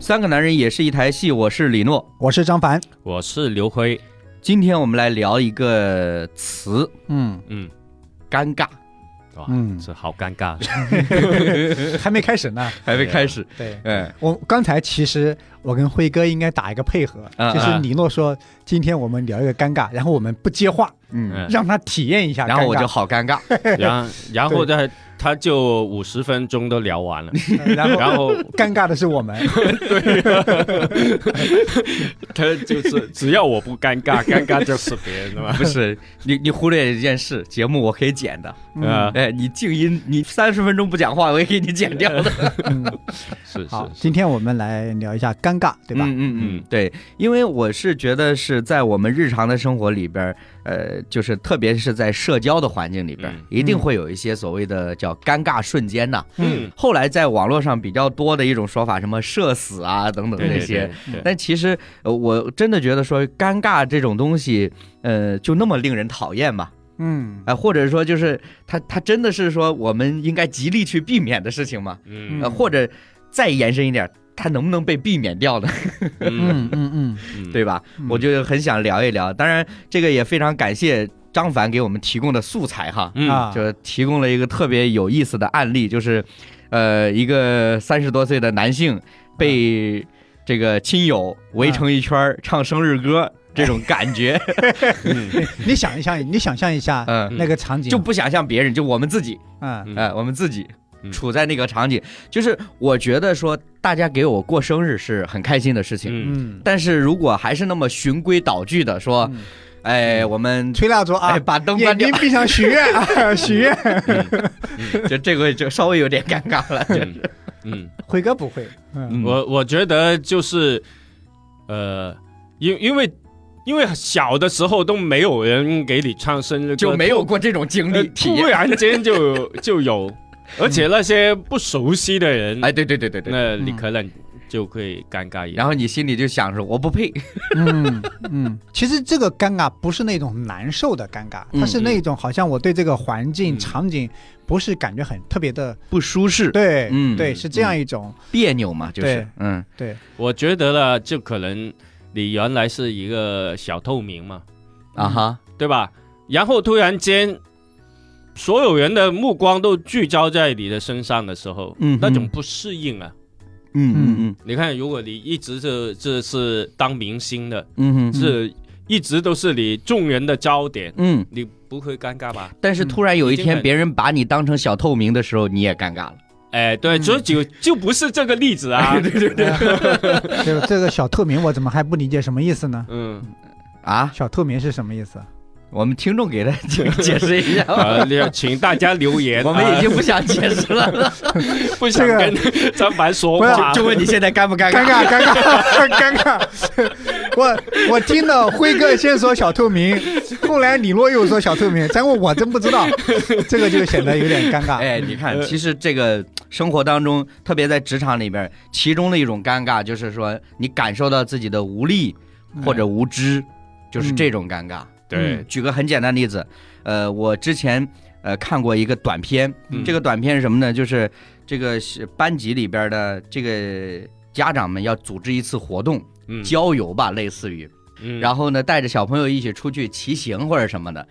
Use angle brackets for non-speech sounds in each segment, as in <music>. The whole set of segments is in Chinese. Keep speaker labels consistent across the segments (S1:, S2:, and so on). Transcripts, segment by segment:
S1: 三个男人也是一台戏，我是李诺。
S2: 我是张凡，
S3: 我是刘辉，
S1: 今天我们来聊一个词，
S2: 嗯
S3: 嗯，
S1: 尴尬，
S3: 哇，
S2: 嗯
S3: 这好尴尬，
S2: 还没开始呢。
S1: <laughs> 还没开始。
S2: 对，
S1: 哎，
S2: 我刚才其实我跟辉哥应该打一个配合，
S1: 嗯
S2: 就是李诺说今天我们聊一个尴尬，然后我们不接话，
S1: 嗯，
S2: 让他体验一下尴尬。
S1: 然后我就好尴尬。
S3: 然然后他他就五十分钟都聊完了，
S2: 呃 <laughs>
S1: <laughs>
S2: 然后
S3: 然后
S2: <laughs> 尴尬的是我们，
S3: 他就是只要我不尴尬， <laughs> 尴尬就是别人的嘛，
S1: 不是你，你忽略一件事，节目我可以剪 <laughs> 的。
S2: 嗯
S3: 啊，
S1: 哎，你静音，你三十分钟不讲话，我也给你剪掉 <laughs> 的。
S2: 嗯，
S3: 是
S2: 好，
S3: 是是，
S2: 今天我们来聊一下尴尬，对吧？
S1: 嗯嗯嗯
S3: 嗯，
S1: 对，因为我是觉得是在我们日常的生活里边儿，呃，就是特别是在社交的环境里边儿
S3: 嗯，
S1: 一定会有一些所谓的叫尴尬瞬间呐。
S3: 嗯，
S1: 后来在网络上比较多的一种说法，什么社死啊等等
S3: 对
S1: 这
S3: 对
S1: 些。
S3: 对对
S1: 但其实，呃，我真的觉得说尴尬这种东西，呃，就那么令人讨厌吗？
S2: 嗯
S1: 啊、或者说就是它它真的是说我们应该极力去避免的事情吗？
S3: 嗯
S1: 呃，或者再延伸一点，它能不能被避免掉呢？
S3: 嗯
S2: 嗯嗯
S1: <laughs>
S3: 嗯，
S1: 对吧？
S2: 嗯，
S1: 我就很想聊一聊。当然，这个也非常感谢张凡给我们提供的素材哈，
S3: 嗯
S2: 啊，
S1: 就提供了一个特别有意思的案例，就是，呃，一个三十多岁的男性被这个亲友围成一圈儿唱生日歌，这种感觉，
S3: 嗯
S2: 哎你想一下，你想象一下
S1: 嗯。
S2: 那个场景，
S1: 就不想像别人，就我们自己，
S2: 嗯
S3: 嗯
S1: 哎、我们自己
S3: 嗯
S1: 处在那个场景，就是我觉得说，大家给我过生日是很开心的事情，
S3: 嗯
S2: 嗯，
S1: 但是如果还是那么循规蹈矩的说，
S2: 嗯
S1: 哎，我们
S2: 吹蜡烛啊
S1: 哎，，把灯关
S2: 眼
S1: 掉
S2: 睛，闭上许愿啊，许愿。
S1: 就这个就稍微有点尴尬了。
S3: 嗯嗯。
S2: 辉哥不会，嗯
S1: 嗯
S3: 我我觉得就是，呃，因因为因为小的时候都没有人给你唱生日歌，
S1: 就没有过这种经
S3: 呃
S1: 历体
S3: 突
S1: 验。
S3: 然间就 <laughs> 就有，而且那些不熟悉的人，
S1: 哎，对对对对对。
S3: 那你可能就会尴尬一点。
S1: 然后你心里就想着我不配，
S2: 嗯嗯， <laughs> 其实这个尴尬不是那种难受的尴尬，
S1: 嗯
S2: 它是那种好像我对这个环境
S3: 嗯
S2: 场景不是感觉很特别的，
S1: 不舒适，
S2: 对，
S1: 嗯
S2: 对，是这样一种，
S1: 别扭嘛，就是
S2: 对，
S1: 嗯
S2: 对，
S3: 我觉得呢，就可能你原来是一个小透明嘛，
S1: 啊哈，
S3: 对吧？然后突然间，所有人的目光都聚焦在你的身上的时候，
S1: 嗯哼
S3: 那种不适应啊。
S1: 嗯
S2: 嗯
S1: 嗯
S3: 你看，如果你一直是这是当明星的，
S1: 嗯哼，
S3: 是一直都是你众人的焦点，
S1: 嗯。
S3: 你不会尴尬吧？
S1: 但是突然有一天，别人把你当成小透明的时候，你也尴尬了。
S3: 哎，对，
S2: 嗯
S3: 所以就就不是这个例子啊。对对对，
S2: 就这个小透明，我怎么还不理解什么意思呢？
S3: 嗯，
S1: 啊！
S2: 小透明是什么意思？
S1: 我们听众给他 <laughs> 解解释一下吧，
S3: 呃，要请大家留言。
S1: 我们已
S3: 经
S1: 经不想解释了，
S3: <laughs> 不想
S2: 这个
S3: 跟张凡说
S2: 不
S3: 话
S2: 要，
S1: 就问你现在尴不啊 <laughs> 尴
S2: 尴
S1: 尬？
S2: <laughs> 尬，尴尬，尴尬。我我听到辉哥先说小透明，后来李洛又说小透明，然后我真不知道，这个就显得有点尴尬。
S1: 哎，你看，其实这个生活当中，特别在职场里边，其中的一种尴尬就是说，你感受到自己的无力
S2: 嗯
S1: 或者无知，就是这种尴尬。
S3: 对，
S1: 哎举个很简单的例子，呃，我之前呃看过一个短片，
S3: 嗯
S1: 这个短片是什么呢？就是这个是班级里边的这个家长们要组织一次活动，
S3: 嗯，
S1: 郊游吧，类似于，
S3: 嗯
S1: 然后呢带着小朋友一起出去骑行或者什么的。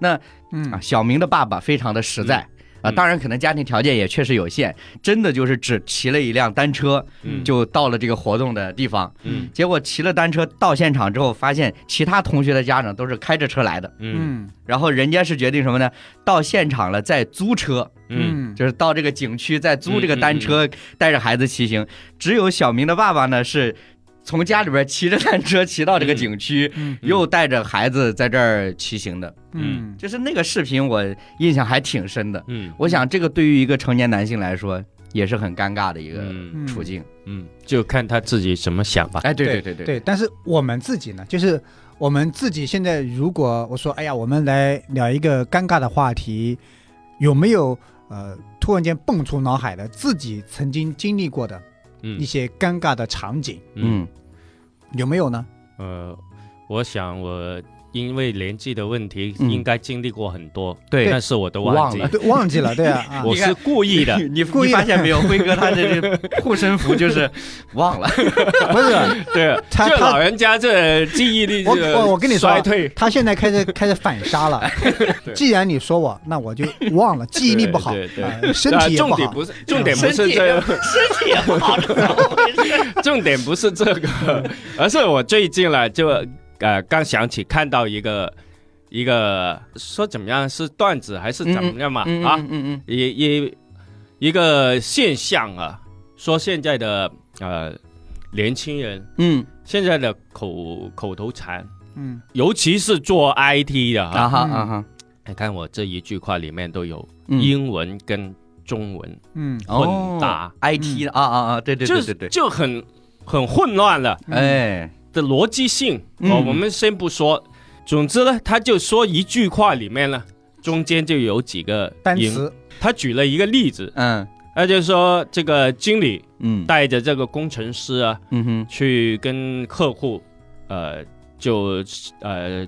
S1: 那
S2: 嗯
S1: 啊，小明的爸爸非常的实在。啊，
S3: 嗯
S1: 当然，可能家庭条件也确实有限，真的就是只骑了一辆单车
S3: 嗯
S1: 就到了这个活动的地方。
S3: 嗯
S1: 结果骑了单车到现场之后，发现其他同学的家长都是开着车来的，
S3: 嗯
S2: 嗯
S1: 然后人家是决定什么呢？到现场了再租车，
S3: 嗯
S1: 就是到这个景区再租这个单车，带着孩子骑行。只有小明的爸爸呢是从家里边骑着单车骑到这个景区，
S2: 嗯
S3: 嗯
S1: 又带着孩子在这儿骑行的。
S2: 嗯
S1: 就是那个视频，我印象还挺深的。
S3: 嗯
S1: 我想，这个对于一个成年男性来说，也是很尴尬的一个
S3: 嗯
S1: 处境。
S3: 嗯，就看他自己怎么想吧。
S1: 哎，对
S2: 对
S1: 对对，
S2: 对，但是我们自己呢，就是我们自己现在，如果我说，哎呀，我们来聊一个尴尬的话题，有没有呃突然间蹦出脑海的自己曾经经历过的
S3: 嗯
S2: 一些尴尬的场景，
S1: 嗯
S3: <laughs>
S2: 有没有呢？
S3: 呃，我想我因为年纪的问题，
S1: 嗯
S3: 应该经历过很多，
S1: 对
S3: 但是我都忘
S1: 忘
S3: 记
S1: 了。
S2: 对，忘记了，对啊，啊
S3: 我是故意的
S1: <laughs> 你
S2: 故意
S1: 你发现没有，辉哥他这这护身符就是忘了，
S2: 不是
S3: 对，
S2: 他
S3: 这
S2: 他
S3: 老人家这记忆力
S2: 我
S3: 这
S2: 我我跟你说
S3: 衰退，
S2: 他现在开始开始反杀了
S3: <laughs> 对。
S2: 既然你说我，那我就忘了，记忆力不好，
S3: 对对对
S2: 啊身体
S3: 啊
S2: 也不
S3: 重点
S2: 好。
S3: 不是重点不
S1: 身
S3: 是
S1: 体
S3: 这
S1: 也
S3: 个，
S1: 身体也不好，怎么回事？
S3: <laughs> 重点不是这个， <laughs> 而是我最近了就呃刚想起看到一个一个说怎么样是段子还是怎么样嘛、
S1: 嗯
S3: 啊，
S1: 嗯嗯
S3: 一一一个现象啊，说现在的呃年轻人
S1: 嗯
S3: 现在的口口头禅，
S2: 嗯，
S3: 尤其是做 IT 的
S1: 嗯啊
S3: 啊，
S1: 哈啊哈，
S3: 你看我这一句话里面都有
S1: 嗯
S3: 英文跟中文，
S2: 嗯
S1: 哦
S3: 混搭
S1: IT 的啊啊啊，对对
S3: 就
S1: 对
S3: 是
S1: 对对，
S3: 就很很混乱了。
S2: 嗯
S1: 哎，
S3: 的逻辑性，
S1: 嗯
S3: 哦，我们先不说。总之呢，他就说一句话里面呢，中间就有几个
S2: 单
S3: 引。
S2: 词，
S3: 他举了一个例子，
S1: 嗯
S3: 那就是说这个经理
S1: 嗯
S3: 带着这个工程师啊，
S1: 嗯哼
S3: 去跟客户，呃，就呃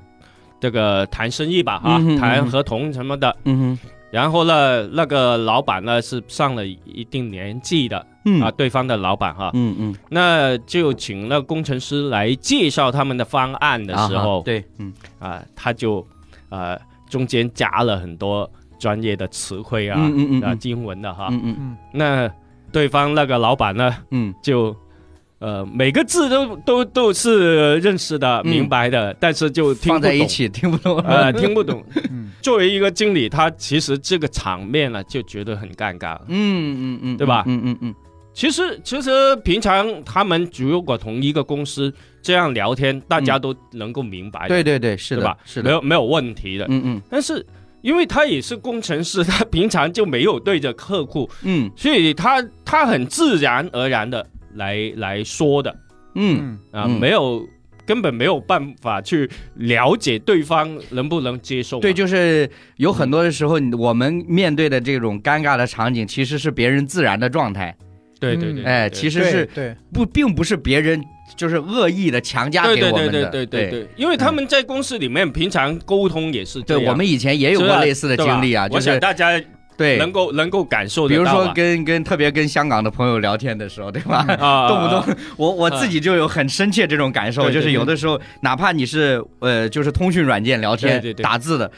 S3: 这个谈生意吧，哈、
S1: 嗯哼嗯
S3: 谈
S1: 哼
S3: 合同什么的。
S1: 嗯哼
S3: 然后呢，那个老板呢是上了一定年纪的、
S1: 嗯
S3: 啊，对方的老板哈、
S1: 嗯嗯
S3: 那就请那工程师来介绍他们的方案的时
S1: 啊哈
S3: 候，
S1: 对，嗯
S3: 啊、他就呃中间加了很多专业的词汇啊，
S1: 嗯嗯嗯
S3: 啊
S1: 嗯
S3: 英文的哈。
S1: 嗯嗯
S2: 嗯
S3: 那对方那个老板呢，
S1: 嗯
S3: 就呃每个字都都都是认识的、
S1: 嗯
S3: 明白的，但是就听
S1: 放
S3: 不懂
S1: 在一，起听不懂，
S3: <laughs> 呃，听不懂。
S2: 嗯
S3: 作为一个经理，他其实这个场面呢就觉得很尴尬。
S1: 嗯嗯嗯，
S3: 对吧
S1: 嗯嗯嗯
S3: 其实，其实平常他们如果同一个公司这样聊天，大家都能够明白
S1: 嗯，
S3: 的，
S1: 对对对，是的
S3: 对吧？
S1: 是
S3: 没
S1: 的，
S3: 有没有问题的。
S1: 嗯嗯
S3: 但是，因为他也是工程师，他平常就没有对着客户，
S1: 嗯
S3: 所以他他很自然而然的来来说的
S1: 嗯
S2: 嗯
S3: 啊，
S1: 嗯
S3: 没有根本没有办法去了解对方能不能接受嘛。
S1: 对，就是有很多的时候，你我们面对的这种尴尬的场景，其实是别人自然的状态，
S3: 对
S2: 嗯
S3: 对对，
S1: 哎，
S3: 对
S1: 其实是
S2: 对
S1: 不，并不是别人就是恶意的强加
S3: 对
S1: 给
S3: 对
S1: 我
S3: 对
S1: 们
S3: 对
S1: 的，
S3: 对对对，因为他们在公司里面平常沟通也是这
S1: 对，
S3: 样
S1: 我们以前也有过
S3: 是吧
S1: 类似的
S3: 对吧
S1: 经历啊，就
S3: 我想
S1: 是
S3: 大家
S1: 对，
S3: 能够能够感受
S1: 比
S3: 得到啊
S1: 如
S3: 吧，
S1: 说跟跟特别跟香港的朋友聊天的时候，对吧？<laughs>
S3: 啊，嗯
S1: 动不动我我自己就有很深切这种感受，
S3: 对对
S1: 就是
S3: 对
S1: 有的时候哪怕你是呃就是通讯软件聊天
S3: 对对对
S1: 打字的，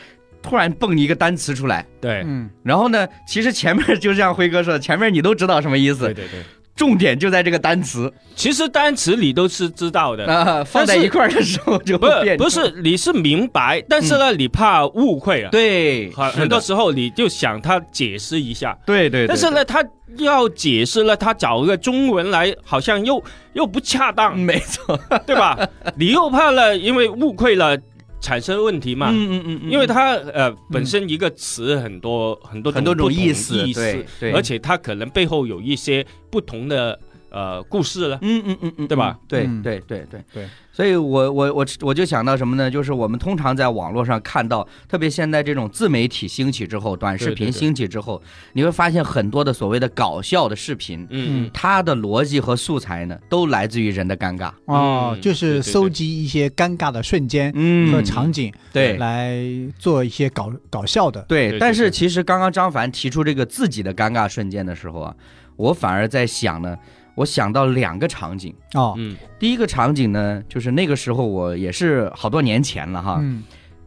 S1: 突然蹦一个单词出来。
S3: 对
S2: 嗯
S1: 然后呢？其实前面就像辉哥说的，前面你都知道什么意
S3: 对
S1: 思，
S3: 对对，
S1: <laughs> 重点就在这个单词
S3: 其实单词你都是知道的，
S1: 啊、放在一块儿的时候就
S3: 不
S1: 会 <laughs> 变嗯
S3: 是不是，你是明白，但是呢，你怕误会啊。
S1: 对，
S3: 很
S1: 是的
S3: 很多时候你就想他解释一下，
S1: 对对对，
S3: 但是呢，他要解释了，他找一个中文来，好像又又不恰
S1: 对，
S3: 当，
S1: 没错，
S3: 对吧？
S1: <laughs>
S3: 你又怕了，因为误会了产生问题嘛。
S1: 嗯嗯嗯嗯
S3: 因为它呃本身一个词很多很多
S1: 很多
S3: 种
S1: 种
S3: 不同
S1: 意思，
S3: 意
S1: 对
S3: 思，
S1: 对，
S3: 而且它可能背后有一些不同的呃故事了。
S1: 嗯嗯嗯嗯，
S3: 对吧
S1: 嗯？对
S2: 嗯
S1: 对对对
S2: 对。
S1: 所以我我我我就想到什么呢？就是我们通常在网络上看到，特别现在这种自媒体兴起之后，短视
S3: 对对
S1: 频
S3: 对
S1: 兴起之后，你会发现很多的所谓的搞笑的视频，
S3: 嗯嗯，
S1: 它的逻辑和素材呢，都来自于人的尴尬。
S2: 哦，
S3: 嗯
S2: 就
S3: 对
S2: 是
S3: 对
S2: 搜集一些尴尬的瞬间和
S1: 嗯
S2: 场景，
S1: 对
S2: 来做一些搞搞笑的。
S1: 对
S3: 对。
S1: 但是
S3: 对
S1: 其实刚刚张凡提出这个自己的尴尬瞬间的时候啊，我反而在想呢，我想到两个场景。
S2: 哦，
S3: 嗯
S1: 第一个场景呢，就是那个时候我也是好多年前了哈，
S2: 嗯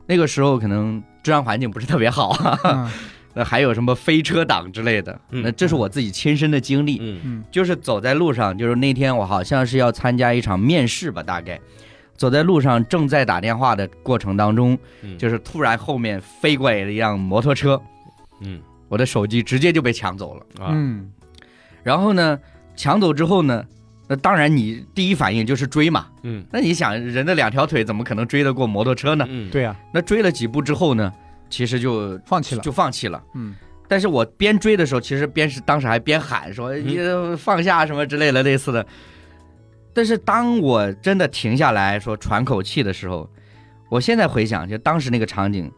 S1: 那个时候可能治安环境不是特别好啊， <laughs>
S3: <laughs>
S2: 嗯
S1: 那还有什么飞车党之类的，
S3: 嗯
S1: 那这是我自己亲身的经历。
S3: 嗯
S2: 嗯
S1: 就是走在路上，就是那天我好像是要参加一场面试吧，大概走在路上正在打电话的过程当中，
S3: 嗯，
S1: 就是突然后面飞过来一辆摩托车，
S3: 嗯
S1: 我的手机直接就被抢走了。
S3: 啊
S2: 嗯
S1: 然后呢，抢走之后呢，那当然你第一反应就是追嘛，
S3: 嗯
S1: 那你想人的两条腿怎么可能追得过摩托车呢？
S3: 嗯，
S2: 对啊，
S1: 那追了几步之后呢，其实就
S2: 放弃了。
S1: 就放弃了。
S2: 嗯
S1: 但是我边追的时候，其实边是当时还边喊说
S3: 嗯
S1: 你放下什么之类的类似的。但是当我真的停下来说喘口气的时候，我现在回想，就当时那个场景，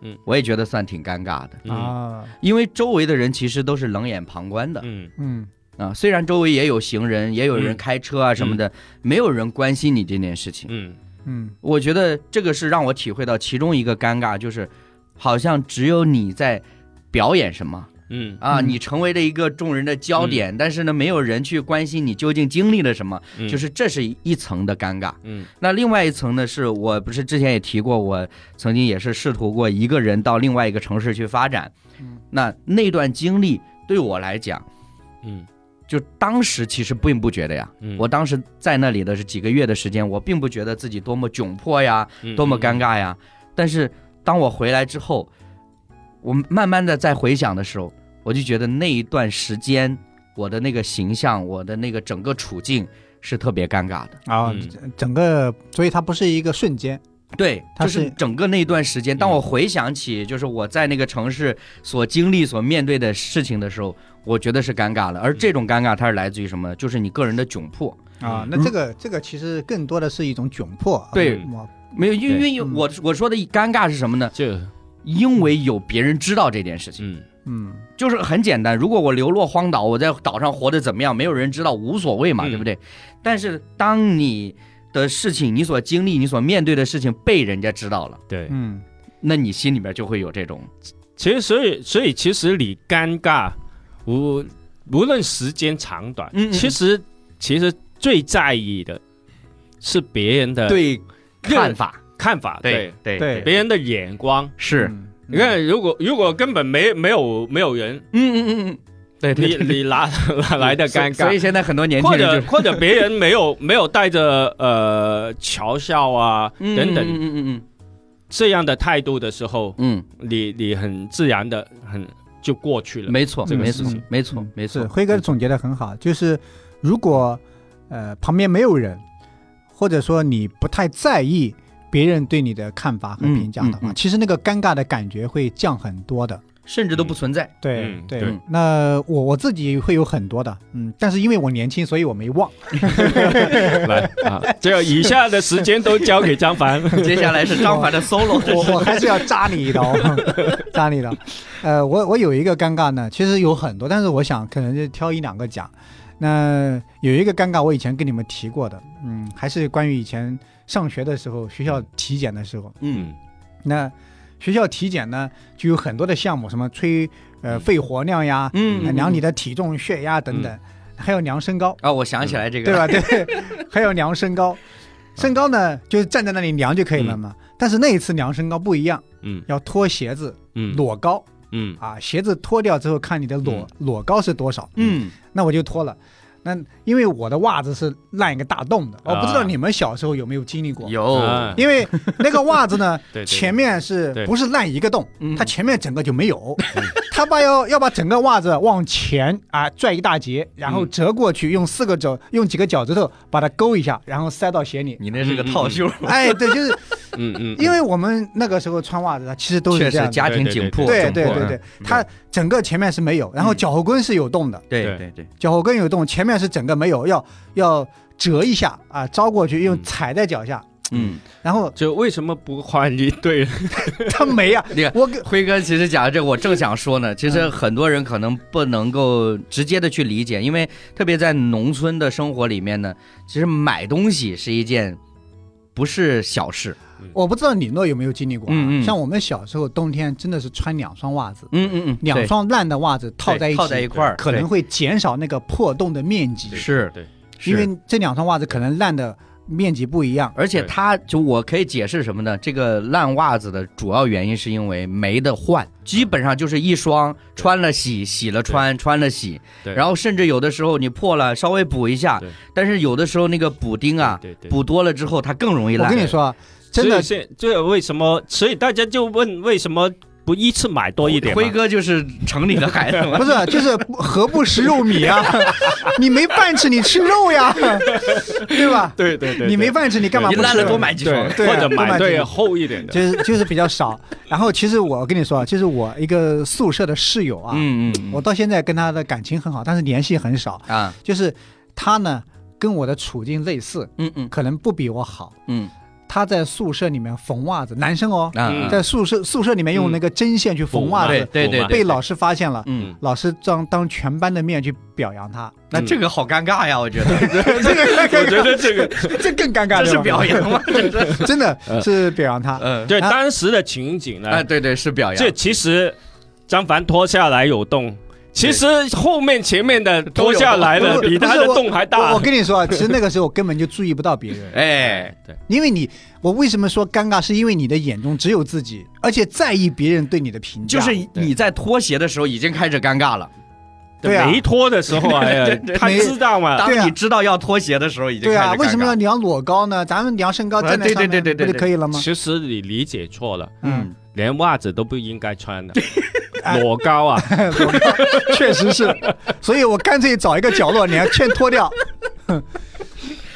S3: 嗯，
S1: 我也觉得算挺尴尬的，
S3: 嗯
S2: 啊
S1: 因为周围的人其实都是冷眼旁观的
S3: 嗯
S2: 嗯
S1: 啊。虽然周围也有行人，也有人
S3: 嗯
S1: 开车啊什么的，没有人关心你这件事情。
S3: 嗯
S2: 嗯
S1: 我觉得这个是让我体会到其中一个尴尬，就是好像只有你在表演什么
S3: 嗯
S1: 啊，
S2: 嗯
S1: 你成为了一个众人的焦点，但是呢，没有人去关心你究竟经历了什么，
S3: 嗯
S1: 就是这是一层的尴尬。
S3: 嗯
S1: 那另外一层呢，是我不是之前也提过，我曾经也是试图过一个人到另外一个城市去发展，
S2: 嗯
S1: 那那段经历对我来讲，
S3: 嗯
S1: 就当时其实并不觉得呀，
S3: 嗯，
S1: 我当时在那里的是几个月的时间，我并不觉得自己多么窘迫呀，
S3: 嗯
S1: 多么尴，尬呀。但是当我回来之后，我慢慢的在回想的时候，我就觉得那一段时间我的那个形象，我的那个整个处境是特别尴尬的。
S2: 啊
S3: 嗯，
S2: 整整个，所以它不是一个瞬间，
S1: 对，
S2: 它
S1: 就是是整个那一段时间，当
S3: 嗯
S1: 我回想起就是我在那个城市所经历、所面对的事情的时候，我觉得是尴尬了。而这种尴尬，它是来自于什么呢？就是你个人的窘迫。
S2: 啊，
S3: 嗯
S2: 那这个这个其实更多的是一种窘迫。
S1: 对
S2: 嗯我
S1: 没有，因为
S2: 对嗯
S1: 我我说的尴尬是什么呢？
S3: 就
S1: 因为有别人知道这件事情，
S3: 嗯
S2: 嗯
S1: 就是很简单。如果我流落荒岛，我在岛上活得怎么样，没有人知道，无所谓嘛，
S3: 嗯
S1: 对不对？但是当你的事情、你所经历、你所面对的事情被人家知道了，
S3: 对，
S2: 嗯
S1: 那你心里面就会有这种，
S3: 其实所以所以其实你尴尬无无论时间长短，
S1: 嗯嗯
S3: 其实其实最在意的是别人的
S1: 对看法，
S3: 看法，对
S1: 对
S2: 对
S3: 别人的眼光。
S1: 是，
S2: 嗯
S3: 你看，如果如果根本没没有没有人，
S1: 嗯嗯嗯嗯， <laughs> 对
S3: 你你哪哪来的尴
S1: 所以
S3: 尬？
S1: 现在很多年轻
S3: 或
S1: 人
S3: 者
S1: 就是
S3: 或者别人没有没有带着呃嘲笑啊
S1: 嗯
S3: 等
S1: 嗯
S3: 等
S1: 嗯嗯
S3: 这样的态度的时候，
S1: 嗯
S3: 你你很自然的很就过去了
S1: 嗯，。没错，
S3: 这个
S1: 没
S3: 事
S1: 错
S2: 情，
S1: 没错，没
S2: 嗯是
S1: 错，
S2: 辉哥总结的很好，就是如果呃旁边没有人，或者说你不太在意别人对你的看法和
S1: 嗯
S2: 评价的话，
S1: 嗯嗯
S2: 其实那个尴尬的感觉会降很多的。
S1: 甚至都不存在。
S2: 对、
S3: 嗯
S2: 对，
S1: 对
S2: 那我我自己会有很多的，嗯，但是因为我年轻，所以我没忘。
S3: 来 <laughs> 啊，这以下的时间都交给
S2: <laughs>
S3: 张凡。 <laughs>
S1: 接下来是张凡的 solo，这
S2: 我
S1: 是 <laughs>
S2: 我还是要扎你一刀，扎你一刀。呃，我我有一个尴尬呢，其实有很多，但是我想可能就挑一两个讲。那有一个尴尬，我以前跟你们提过的，嗯，还是关于以前上学的时候，学校体检的时候，
S1: 嗯
S2: 那学校体检呢就有很多的项目，什么吹呃肺活量呀，
S1: 嗯
S2: 呃量你的体重、血压等等，还有量身高，
S1: 啊，我想起来这
S2: 对
S1: 个，
S2: 吧？对，还有量身高，身高呢就是站在那里量就可以了嘛。但是那一次量身高不一样，
S3: 嗯
S2: 要脱鞋子。
S3: 嗯
S2: 裸高
S3: 嗯
S2: 啊，鞋子脱掉之后看你的裸、裸高是多少，
S1: 嗯
S2: 那我就脱了。那因为我的袜子是烂一个大洞的，我不知道
S3: 啊
S2: 你们小时候有没有经历过。
S1: 嗯有
S3: 啊
S2: 哦因为那个袜子呢，
S3: 对对
S2: 前面是
S3: 对嗯
S2: 不是烂一个洞
S1: 嗯？
S2: 它前面整个就没有， <laughs> 他把要要把整个袜子往前啊拽一大截，然后
S3: 嗯
S2: 折过去，用四个肘用几个脚趾头把它勾一下，然后塞到鞋里。
S3: <laughs>
S1: 你那是个套袖，
S2: 哎，对，就是
S3: 嗯嗯，
S2: 因为我们那个时候穿袜子，它其实都是
S1: 确
S2: 这样
S1: 实
S2: 的。
S1: 家庭紧迫，
S2: 对
S1: 窘
S2: 对
S1: 迫啊
S2: 对对，
S3: 嗯
S2: 它整个前面是没有，然后
S1: 嗯
S2: 脚后跟是有洞的，
S1: 对对对，
S2: 脚后跟有洞，前面是整个没有，要要折一下啊，招过去用
S3: 嗯
S2: 踩在脚下，
S1: 嗯，
S2: 然
S3: <laughs>
S2: 后
S3: 就为什么不换
S2: <laughs>
S3: 一对？
S2: 他没啊
S1: 那个，
S2: 我给
S1: 辉哥其实讲的这个，我正想说呢。其
S2: 嗯
S1: 实很多人可能不能够直接的去理解，因为特别在农村的生活里面呢，其实买东西是一件不是小事。
S2: 我不知道李诺有没有经历过啊，
S1: 嗯嗯
S2: 像我们小时候冬天真的是穿两双袜子，
S1: 嗯嗯嗯，
S2: 两双烂的袜子套在一
S1: 套在一
S2: 起，
S1: 块儿，
S2: 可能会减少那个破洞的面积
S1: 对，是
S3: 对，
S2: 因为这两双袜子可能烂的面积不一样。
S1: 而且它就我可以解释什么呢？这个烂袜子的主要原因是因为没得换，基本上就是一双穿了洗，洗了穿，穿了洗，
S3: 对
S1: 然后甚至有的时候你破了稍微补一下
S3: 对，
S1: 但是有的时候那个补丁啊
S3: 对对对
S1: 补多了之后它更容易
S2: 我
S1: 烂
S2: 跟。你说啊，真
S3: 所
S2: 的
S3: 以现这为什么？所以大家就问为什么不依次买多一点嘛？
S1: 辉哥就是城里的孩子嘛
S2: 不，是，啊就是何不食肉
S1: <laughs>
S2: 糜啊？你没饭吃，你吃肉呀，对吧？
S3: 对对对，
S2: 你没饭吃，你干嘛
S1: 你
S2: 不
S1: 烂
S2: 吃
S1: 了
S2: 肉
S1: 多？买几
S3: 对
S1: 双。
S2: 对
S3: 或者
S2: 多买
S3: 买
S2: 几
S3: 对
S2: 个
S3: 厚一点的。
S2: 就是就是比较少。然后其实我跟你说，就是我一个宿舍的室友啊，
S1: <laughs> 嗯嗯，
S2: 我到现在跟他的感情很好，但是联系很少。
S1: 啊，
S2: 就是他呢，跟我的处境类似，
S1: 嗯嗯
S2: 可能不比我好，
S1: 嗯
S2: 他在宿舍里面缝袜子，男生哦，
S1: 啊，
S3: 嗯
S2: 在宿舍宿舍里面用那个针线去缝袜
S1: 对
S2: 子，
S1: 对对
S3: 我嘛
S1: 对，
S2: 被老师发现了，
S1: 嗯，
S2: 老师当当全班的面去表
S1: <laughs>
S2: 扬他，
S1: 那这个好尴尬呀，我觉得
S3: <laughs>
S2: 这个
S3: 我觉得这个
S2: <laughs> 这更尴
S1: 这
S2: 尬，对
S1: 是 <laughs>
S2: 吧
S1: 表扬，吗？这是，
S2: 真的
S3: 嗯
S2: 是表扬他。
S1: 嗯，
S3: <laughs> 对
S2: 啊
S3: 当时的情景呢
S1: 啊，，对对是表扬，
S3: 这其实张凡脱下来有洞，其实后面前面的脱下来的
S2: 都有洞
S3: 比他的洞还
S2: 我
S3: 大
S2: 我。跟你说啊，其实那个时候我根本就注意不到别人，
S1: <laughs> 哎，
S3: 对，
S2: 因为你，我为什么说尴尬，是因为你的眼中只有自己，而且在意别人对你的评价。
S1: 就是你在脱鞋的时候已经开始尴尬了，
S2: 对啊
S3: 没脱的时
S2: <laughs>
S3: 候啊，哎呀他
S2: 没
S3: 知道嘛，
S1: 当
S2: 对啊
S1: 你知道要脱鞋的时候已经
S2: 对
S1: 开始
S2: 啊，
S1: 尴尬
S2: 为什么要量裸高呢？咱们量身高
S1: 啊
S2: 站在
S1: 对
S2: 上面
S1: 对对对对
S2: 不就可以了吗？
S3: 其实你理解错了，
S1: 嗯，
S3: 连袜子都不应该穿的
S2: <laughs> 哎，
S3: 裸高啊，
S2: 嗯确实是，所以我干脆找一个角落，你还全脱掉。 <laughs>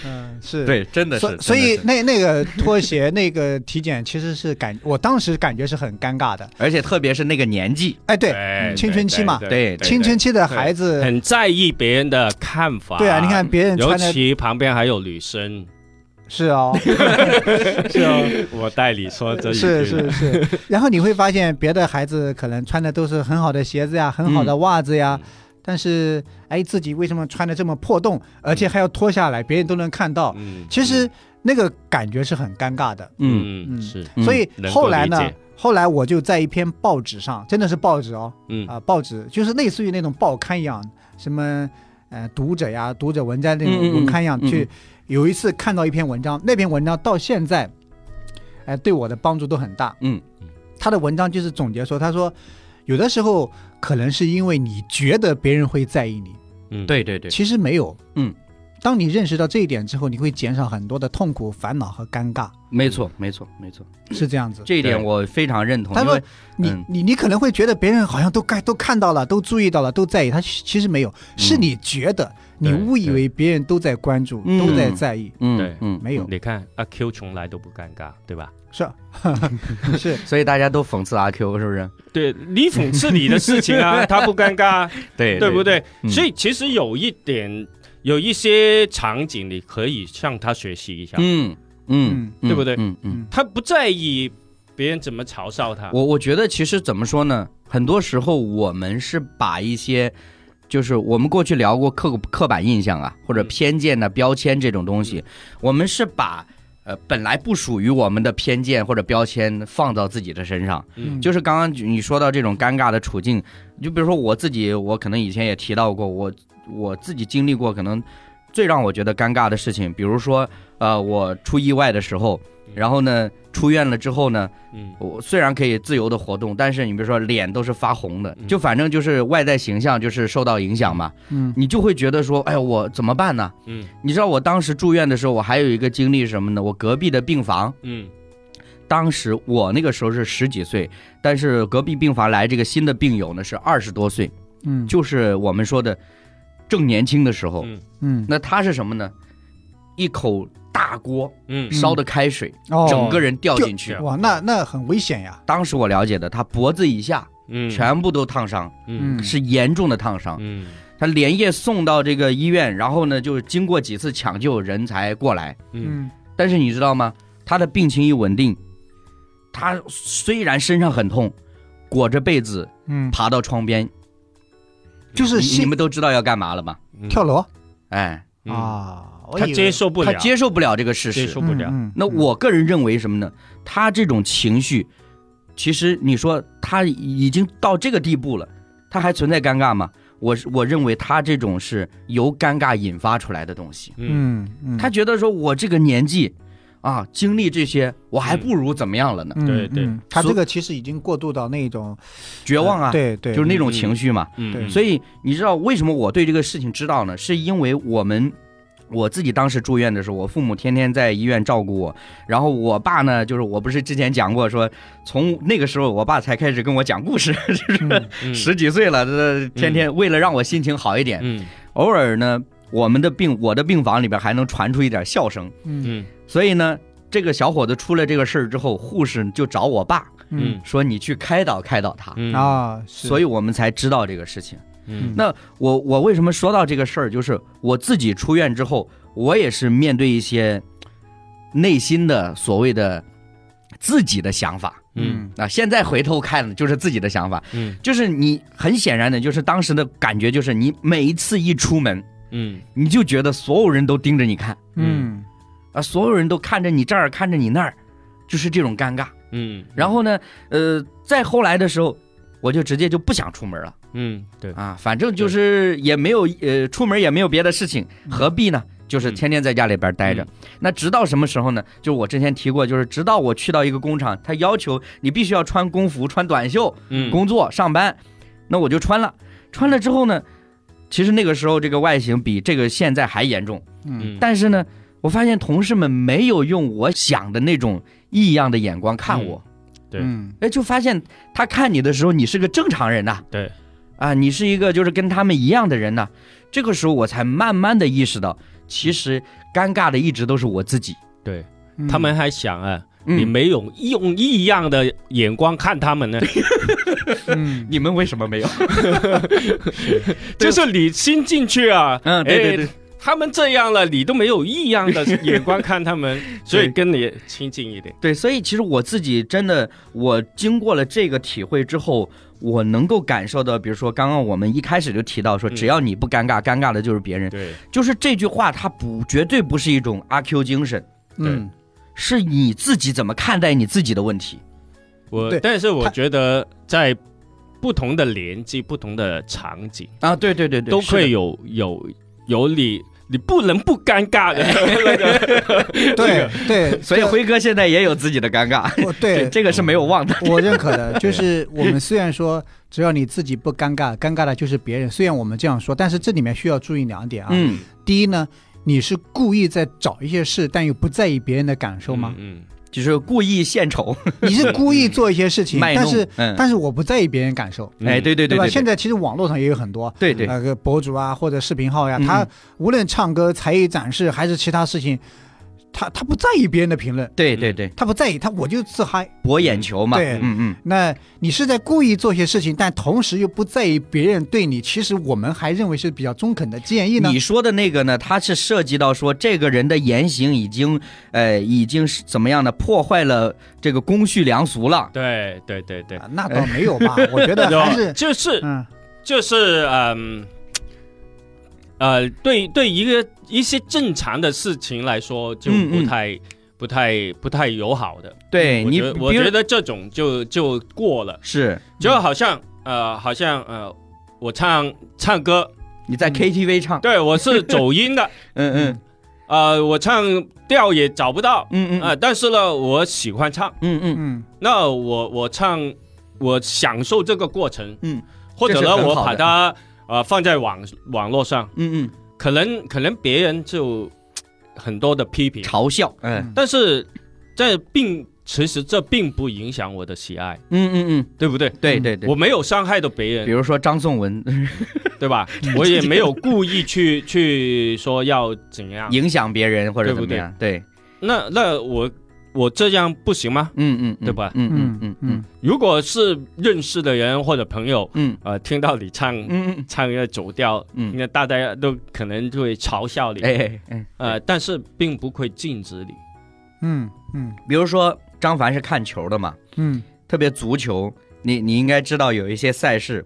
S2: 嗯，是。
S1: 对，真的是，
S2: 所
S1: 真的是
S2: 所以那那个拖鞋那个体检其实是感，我当时感觉是很尴尬的。
S1: 而且特别是那个年纪，
S2: 哎， <laughs> 对，
S3: 对
S2: <laughs> 青春期嘛
S1: 对
S2: 青春期的孩子，
S3: 很在意别人的看法。
S2: 对啊，你看，别人
S3: 尤
S2: 穿的
S3: 其旁边还有女生，
S2: 是 <laughs> 哦，是哦，
S3: <laughs> 我代理说这一句
S2: 是是是，然后你会发现别的孩子可能穿的都是很好的鞋子呀，很好的袜子呀，但是哎，自己为什么穿的这么破洞，而且还要脱下来，别人都能看到？
S3: 嗯
S2: 其实那个感觉是很尴尬的。
S1: 嗯，
S3: 嗯
S2: 嗯
S3: 是
S1: 嗯
S2: 所以
S3: 能够
S2: 后来呢
S3: 理解，
S2: 后来我就在一篇报纸上，真的是报纸哦，
S3: 嗯
S2: 啊、报纸就是类似于那种报刊一样，什么呃读者呀、读者文摘那
S1: 嗯嗯嗯
S2: 种文刊一样，
S1: 嗯嗯
S2: 去有一次看到一篇文章，那篇文章到现在，哎、对我的帮助都很大。
S1: 嗯
S3: 嗯，
S2: 他的文章就是总结说，他说有的时候可能是因为你觉得别人会在意你，
S3: 嗯
S1: 对对对，
S2: 其实没有。
S1: 嗯。
S2: 当你认识到这一点之后，你会减少很多的痛苦、烦恼和尴尬，
S1: 没错没错没错，
S2: 是这样子。
S1: 这一点
S3: 对
S1: 我非常认同，
S2: 他
S1: 因
S2: 说
S1: 为
S2: 你、
S1: 嗯
S2: 你你可能会觉得别人好像都该都看到了，都注意到了，都在意，他其其实没有，
S1: 嗯
S2: 是你觉得、你
S3: 对
S2: 误以为别人都在关注，
S1: 嗯
S2: 都在在意，
S1: 嗯
S3: 对
S1: 嗯，<laughs>
S2: 没有，
S3: 你看阿 Q 从来都不尴尬，对吧？
S2: 是 <laughs> 是
S1: 所以大家都讽刺阿 Q 是不是？
S3: 对你讽刺你的事情
S1: <laughs>
S3: 啊，他不尴尬，
S1: 对
S3: 对不？对？
S1: 嗯
S3: 所以其实有一点，有一些场景你可以向他学习一下，
S1: 嗯嗯，嗯
S3: 对不对
S1: 嗯嗯，
S3: 他不在意别人怎么嘲笑他。
S1: 我我觉得其实怎么说呢，很多时候我们是把一些。就是我们过去聊过刻刻板印象啊，或者
S3: 嗯
S1: 偏见的标签这种东西，我们是把呃本来不属于我们的偏见或者标签放到自己的身上。
S3: 嗯
S1: 就是刚刚你说到这种尴尬的处境，就比如说我自己，我可能以前也提到过，我我自己经历过可能最让我觉得尴尬的事情，比如说呃，我出意外的时候，然后呢出院了之后呢，
S3: 嗯
S1: 我虽然可以自由的活动，但是你比如说脸都是发红的，
S3: 嗯
S1: 就反正就是外在形象就是受到影响嘛，
S2: 嗯
S1: 你就会觉得说，哎呀，我怎么办呢？
S3: 嗯
S1: 你知道我当时住院的时候，我还有一个经历是什么呢？我隔壁的病房。
S3: 嗯
S1: 当时我那个时候是十几岁，但是隔壁病房来这个新的病友呢是二十多岁，
S2: 嗯
S1: 就是我们说的正年轻的时候。
S3: 嗯
S2: 嗯
S1: 那他是什么呢？一口大锅
S3: 嗯
S1: 烧的开水，
S2: 哦
S1: 整个人掉进去。
S3: 掉
S2: 哇，那那很危险呀，
S1: 当时我了解的，他脖子以下
S3: 嗯，
S1: 全部都烫伤，
S3: 嗯
S2: 嗯
S1: 是严重的烫伤。
S3: 嗯
S1: 他连夜送到这个医院，然后呢，就是经过几次抢救，人才过来。
S3: 嗯
S1: 但是你知道吗？他的病情一稳定，他虽然身上很痛，裹着被子
S2: 嗯，
S1: 爬到窗边，
S2: 就是
S1: 你你
S2: 心
S1: 们都知道要干嘛了吧？
S3: 嗯
S2: 跳楼、
S1: 哎，
S3: 嗯
S2: 啊，我
S3: 他
S2: 以为
S3: 接受不
S1: 他
S3: 了，
S1: 接受不了这个事
S3: 接
S1: 实
S3: 受。不了。
S2: 嗯嗯
S1: 那我个人认为什么呢？他这种情绪，其实你说他已经到这个地步了，他还存在尴尬吗？我是我认为他这种是由尴尬引发出来的东西。
S3: 嗯
S2: 嗯嗯，
S1: 他觉得说我这个年纪，啊，经历这些，我还不如怎么样了呢？
S2: 嗯
S3: 对对
S2: 嗯他
S1: 所
S2: 这个其实已经过渡到那种
S1: 绝望啊，，
S2: 对对，
S1: 就是那种情绪嘛。
S3: 嗯，
S2: 对
S3: 嗯
S1: 所以你知道为什么我对这个事情知道呢？是因为我们我自己当时住院的时候，我父母天天在医院照顾我，然后我爸呢，就是我不是之前讲过说，从那个时候我爸才开始跟我讲故事，
S2: 嗯
S3: 嗯
S1: 十几岁了，这天天为了让我心情好一点，
S3: 嗯
S1: 偶尔呢，我们的病我的病房里边还能传出一点笑声，
S2: 嗯
S3: 嗯
S1: 所以呢。这个小伙子出了这个事儿之后，护士就找我爸
S2: 嗯
S3: 嗯
S1: 说：“你去开导开导他。
S3: 嗯
S2: 嗯啊，
S1: 所
S2: 以
S1: 以我们才知道这个事情。
S3: 嗯
S1: 那我我为什么说到这个事儿，就是我自己出院之后，我也是面对一些内心的所谓的自己的想法。
S3: 嗯
S1: 啊，现在回头看就是自己的想法，
S3: 嗯
S1: 就是你很显然的，就是当时的感觉，就是你每一次一出门，
S3: 嗯
S1: 你就觉得所有人都盯着你看
S2: 嗯
S1: 啊，所有人都看着你这儿，看着你那儿，就是这种尴尬。
S3: 嗯，
S1: 然后呢，呃，再后来的时候，我就直接就不想出门了
S3: 嗯对，
S1: 啊，反正就是也没有呃，出门也没有别的事情，何必呢？就是天天在家里边待着。
S3: 嗯
S1: 那直到什么时候呢？就是我之前提过，就是直到我去到一个工厂，他要求你必须要穿工服、穿短袖，
S3: 嗯
S1: 工作上班，那我就穿了。穿了之后呢，其实那个时候这个外形比这个现在还严重，
S2: 嗯
S3: 嗯
S1: 但是呢，我发现同事们没有用我想的那种异样的眼光看我，
S3: 对
S2: 嗯
S1: 哎、就发现他看你的时候，你是个正常人呐、
S3: 对，
S1: 啊，你是一个就是跟他们一样的人呐、这个时候我才慢慢的意识到，其实尴尬的一直都是我自己。
S3: 对
S2: 嗯
S3: 他们还想啊，
S1: 嗯
S3: 你没有用异样的眼光看他们呢，
S2: 嗯
S1: 你们为什么没有？
S3: <laughs> 就是你新进去啊，
S1: <laughs> 嗯，对对对
S3: 哎，他们这样了，你都没有异样的眼光看他
S1: <laughs>
S3: 们，所以跟你亲近一点。
S1: 对，所以其实我自己真的，我经过了这个体会之后，我能够感受到，比如说刚刚我们一开始就提到说，
S3: 嗯
S1: 只要你不尴尬，尴尬的就是别人，
S3: 对，
S1: 就是这句话，它不绝对不是一种阿 Q 精神，
S2: 嗯
S1: 是你自己怎么看待你自己的问题。
S3: 我
S2: 对
S3: 但是我
S2: 他
S3: 觉得在不同的年纪、不同的场景，
S1: 啊，对对对对，
S3: 都
S1: 是的
S3: 会有有有你，你不能不尴尬的那
S1: <laughs>
S3: 个。
S2: 嗯对对，
S1: 所以辉哥现在也有自己的尴尬，
S2: 我对哦
S1: 这这个是没有忘的。
S2: 我认可
S1: <laughs>
S2: 的，就是我们虽然说只要你自己不尴尬，尴尬的就是别人。虽然我们这样说，但是这里面需要注意两点啊。
S1: 嗯，
S2: 第一呢，你是故意在找一些事，但又不在意别人的感受吗？
S3: 嗯，
S1: 就是故意献丑
S2: 你
S1: <laughs>
S2: 是故意做一些事情，
S1: 嗯卖
S2: 但
S1: 弄
S2: 是，
S1: 嗯，
S2: 但是我不在意别人感受，
S3: 嗯
S1: 哎，对对对
S2: 吧？
S1: 对
S2: 现
S1: 对，
S2: 在其实网络上也有很多。
S1: 对对，
S2: 那个博主啊，或者视频号呀、
S1: 嗯
S2: 他无论唱歌、才艺展示还是其他事情，他他不在意别人的评论，
S1: 对对对，
S2: 他不在意，他我就自嗨。
S1: 博眼球嘛，
S2: 嗯对
S1: 嗯嗯，
S2: 那你是在故意做些事情，但同时又不在意别人对你，其实我们还认为是比较中肯的建议呢。
S1: 你说的那个呢，它是涉及到说这个人的言行已经，呃，已经是怎么样呢？破坏了这个公序良俗了。
S3: 对对对对，
S2: 啊那倒没
S1: <laughs>
S2: 有吧，我觉得还
S3: 就是就是
S2: 嗯
S3: 就是嗯，呃，对对，一个一些正常的事情来说，就
S1: 嗯
S3: 不
S1: 嗯
S3: 太、不太不太友好的。
S1: 对
S3: 嗯我
S1: 你，
S3: 觉得我
S1: 比如嗯
S3: 觉得这种就就过了，
S1: 是
S3: 就好像呃，好像呃，我唱唱歌，
S1: 你在
S2: 嗯
S1: KTV 唱，
S3: 对我是走音的，
S1: 嗯嗯
S3: 呃，我唱调也找不到，
S1: 嗯嗯
S3: 啊、但是呢，我喜欢唱，
S1: 嗯嗯
S2: 嗯
S3: 那我我唱，我享受这个过程，
S1: 嗯，
S3: 或者
S1: 这是
S3: 呢，
S1: 很
S3: 我
S1: 好的
S3: 把它呃放在网网络上，
S1: 嗯
S3: 可能可能别人就很多的批评
S1: 嗯，，嘲笑，嗯
S2: 嗯
S3: 但是这并其实这并不影响我的喜爱，
S1: 嗯嗯嗯，
S3: 对不对？
S1: 对对对
S3: 我。嗯没有伤害到别
S1: 比
S3: 人，
S1: 如说张颂文
S3: 对
S1: <laughs>
S3: 吧？我也没有故意去去说要怎样。
S1: 影响别人或者
S3: 对
S1: 怎
S3: 不
S1: 么
S3: 对
S1: 样，对，
S3: 那那我我这样不行吗？
S1: 嗯嗯，嗯
S3: 对吧
S1: 嗯嗯
S2: 嗯
S1: 嗯
S2: 嗯
S1: 嗯
S2: 嗯，
S3: 如果是认识的人或者朋友，
S1: 嗯
S3: 呃，听到你唱
S1: 嗯嗯
S3: 唱一个走调，
S1: 嗯，
S3: 那大家都可能就会嘲笑你，
S1: 哎哎哎，
S3: 呃，但是并不会禁止你。
S2: 嗯嗯
S1: 比如说张凡是看球的嘛，
S2: 嗯
S1: 特别足球，你你应该知道有一些赛事，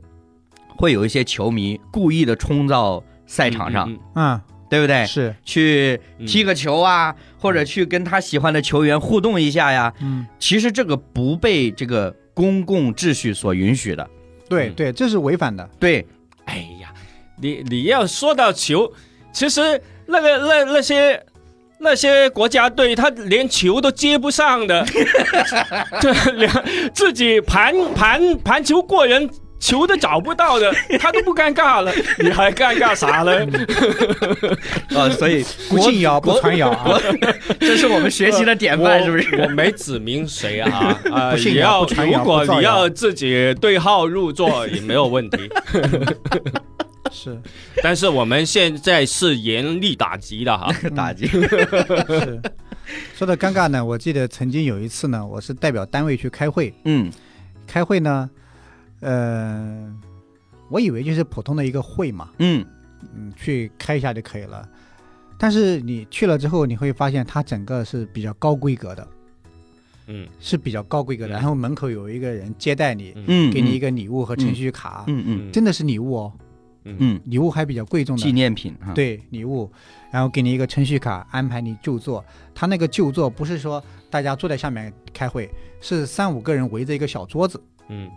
S1: 会有一些球迷故意的冲到赛场上，
S3: 嗯，嗯
S2: 啊，
S1: 对不对？
S2: 是
S1: 去踢个球啊，或者去跟他喜欢的球员互动一下呀。
S2: 嗯，
S1: 其实这个不被这个公共秩序所允许的。
S2: 对
S3: 嗯
S2: 对，这是违反的。
S1: 对，
S3: 嗯哎呀，你你要说到球，其实那个那那些。那些国家队，他连球都接不
S2: <laughs>
S3: 上的，这连自己盘盘盘球过人，球都找不到的，他都不尴尬了，你还尴尬啥呢？
S1: 呃，所以
S2: 不
S1: 国
S2: 进谣，
S1: 国
S2: 不传谣啊！
S1: 这是我们学习的典
S3: 我
S1: 范，是不是？
S3: 我没指明
S2: <laughs>
S3: 谁啊，啊，
S2: 不信
S3: 也
S2: 谣
S3: 要
S2: 不传谣
S3: 如果
S2: 不造谣
S3: 你要自己对号入座也没有
S2: <laughs>
S3: 问题，
S2: 是
S3: 但是我们现在是严厉打击的哈，
S1: 打击。
S2: 是。说到尴尬呢，我记得曾经有一次呢，我是代表单位去开会，
S1: 嗯
S2: 开会呢，呃，我以为就是普通的一个会嘛，
S1: 嗯
S2: 嗯，去开一下就可以了。但是你去了之后，你会发现它整个是比较高规格的，
S3: 嗯
S2: 是比较高规格的。
S3: 嗯
S2: 然后门口有一个人接待你，
S1: 嗯，
S2: 给你一
S1: 个，
S2: 个啊礼物和程序卡，
S1: 嗯嗯
S2: 真的是礼物哦，
S3: 嗯
S1: 嗯，
S2: 礼物还比较贵重的
S1: 纪，念品哈，，
S2: 对礼物，然后给你一个程序卡，安排你就坐。他那个就坐不是说大家坐在下面开会，是三五个人围着一个小桌子，
S3: 嗯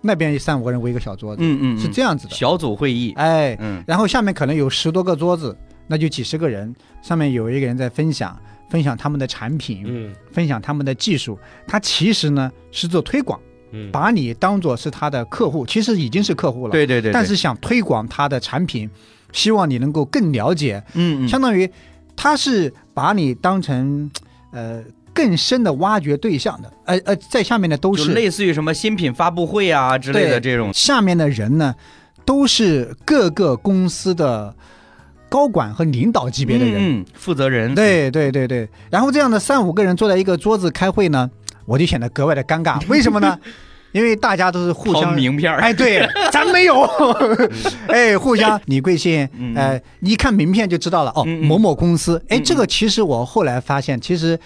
S2: 那边三五个人围一个小桌子，
S1: 嗯嗯，
S2: 是
S1: 嗯
S2: 这样子的。
S1: 小组会议，
S2: 哎，
S1: 嗯
S2: 然后下面可能有十多个桌子，那就几十个人，上面有一个人在分享，分享他们的产品，
S3: 嗯
S2: 分享他们的技术。他其实呢是做推广，
S3: 嗯，
S2: 把你当做是他的客户，其实已经是客户了，
S1: 对对对，
S2: 但是想推广他的产品，希望你能够更了解，
S1: 嗯嗯，
S2: 相当于他是把你当成呃更深的挖掘对象的，呃呃，在下面的都
S1: 就是类似于什么新品发布会啊之类的
S2: 对
S1: 这种，
S2: 下面的人呢，都是各个公司的高管和领导级别的人。
S1: 嗯，嗯负责人，
S2: 对对对对，然后这样的三五个人坐在一个桌子开会呢，我就显得格外的尴尬。为什
S1: <laughs>
S2: 么呢？因为大家都是互
S1: 掏
S2: 相，
S1: 名片儿，
S2: 哎，对，咱没
S1: <laughs>
S2: 有，哎，互相你贵姓？
S1: 嗯
S2: 呃，你一看名片就知道了，哦，
S1: 嗯嗯
S2: 某某公司。哎，
S1: 嗯嗯
S2: 这个其实我后来发现，其实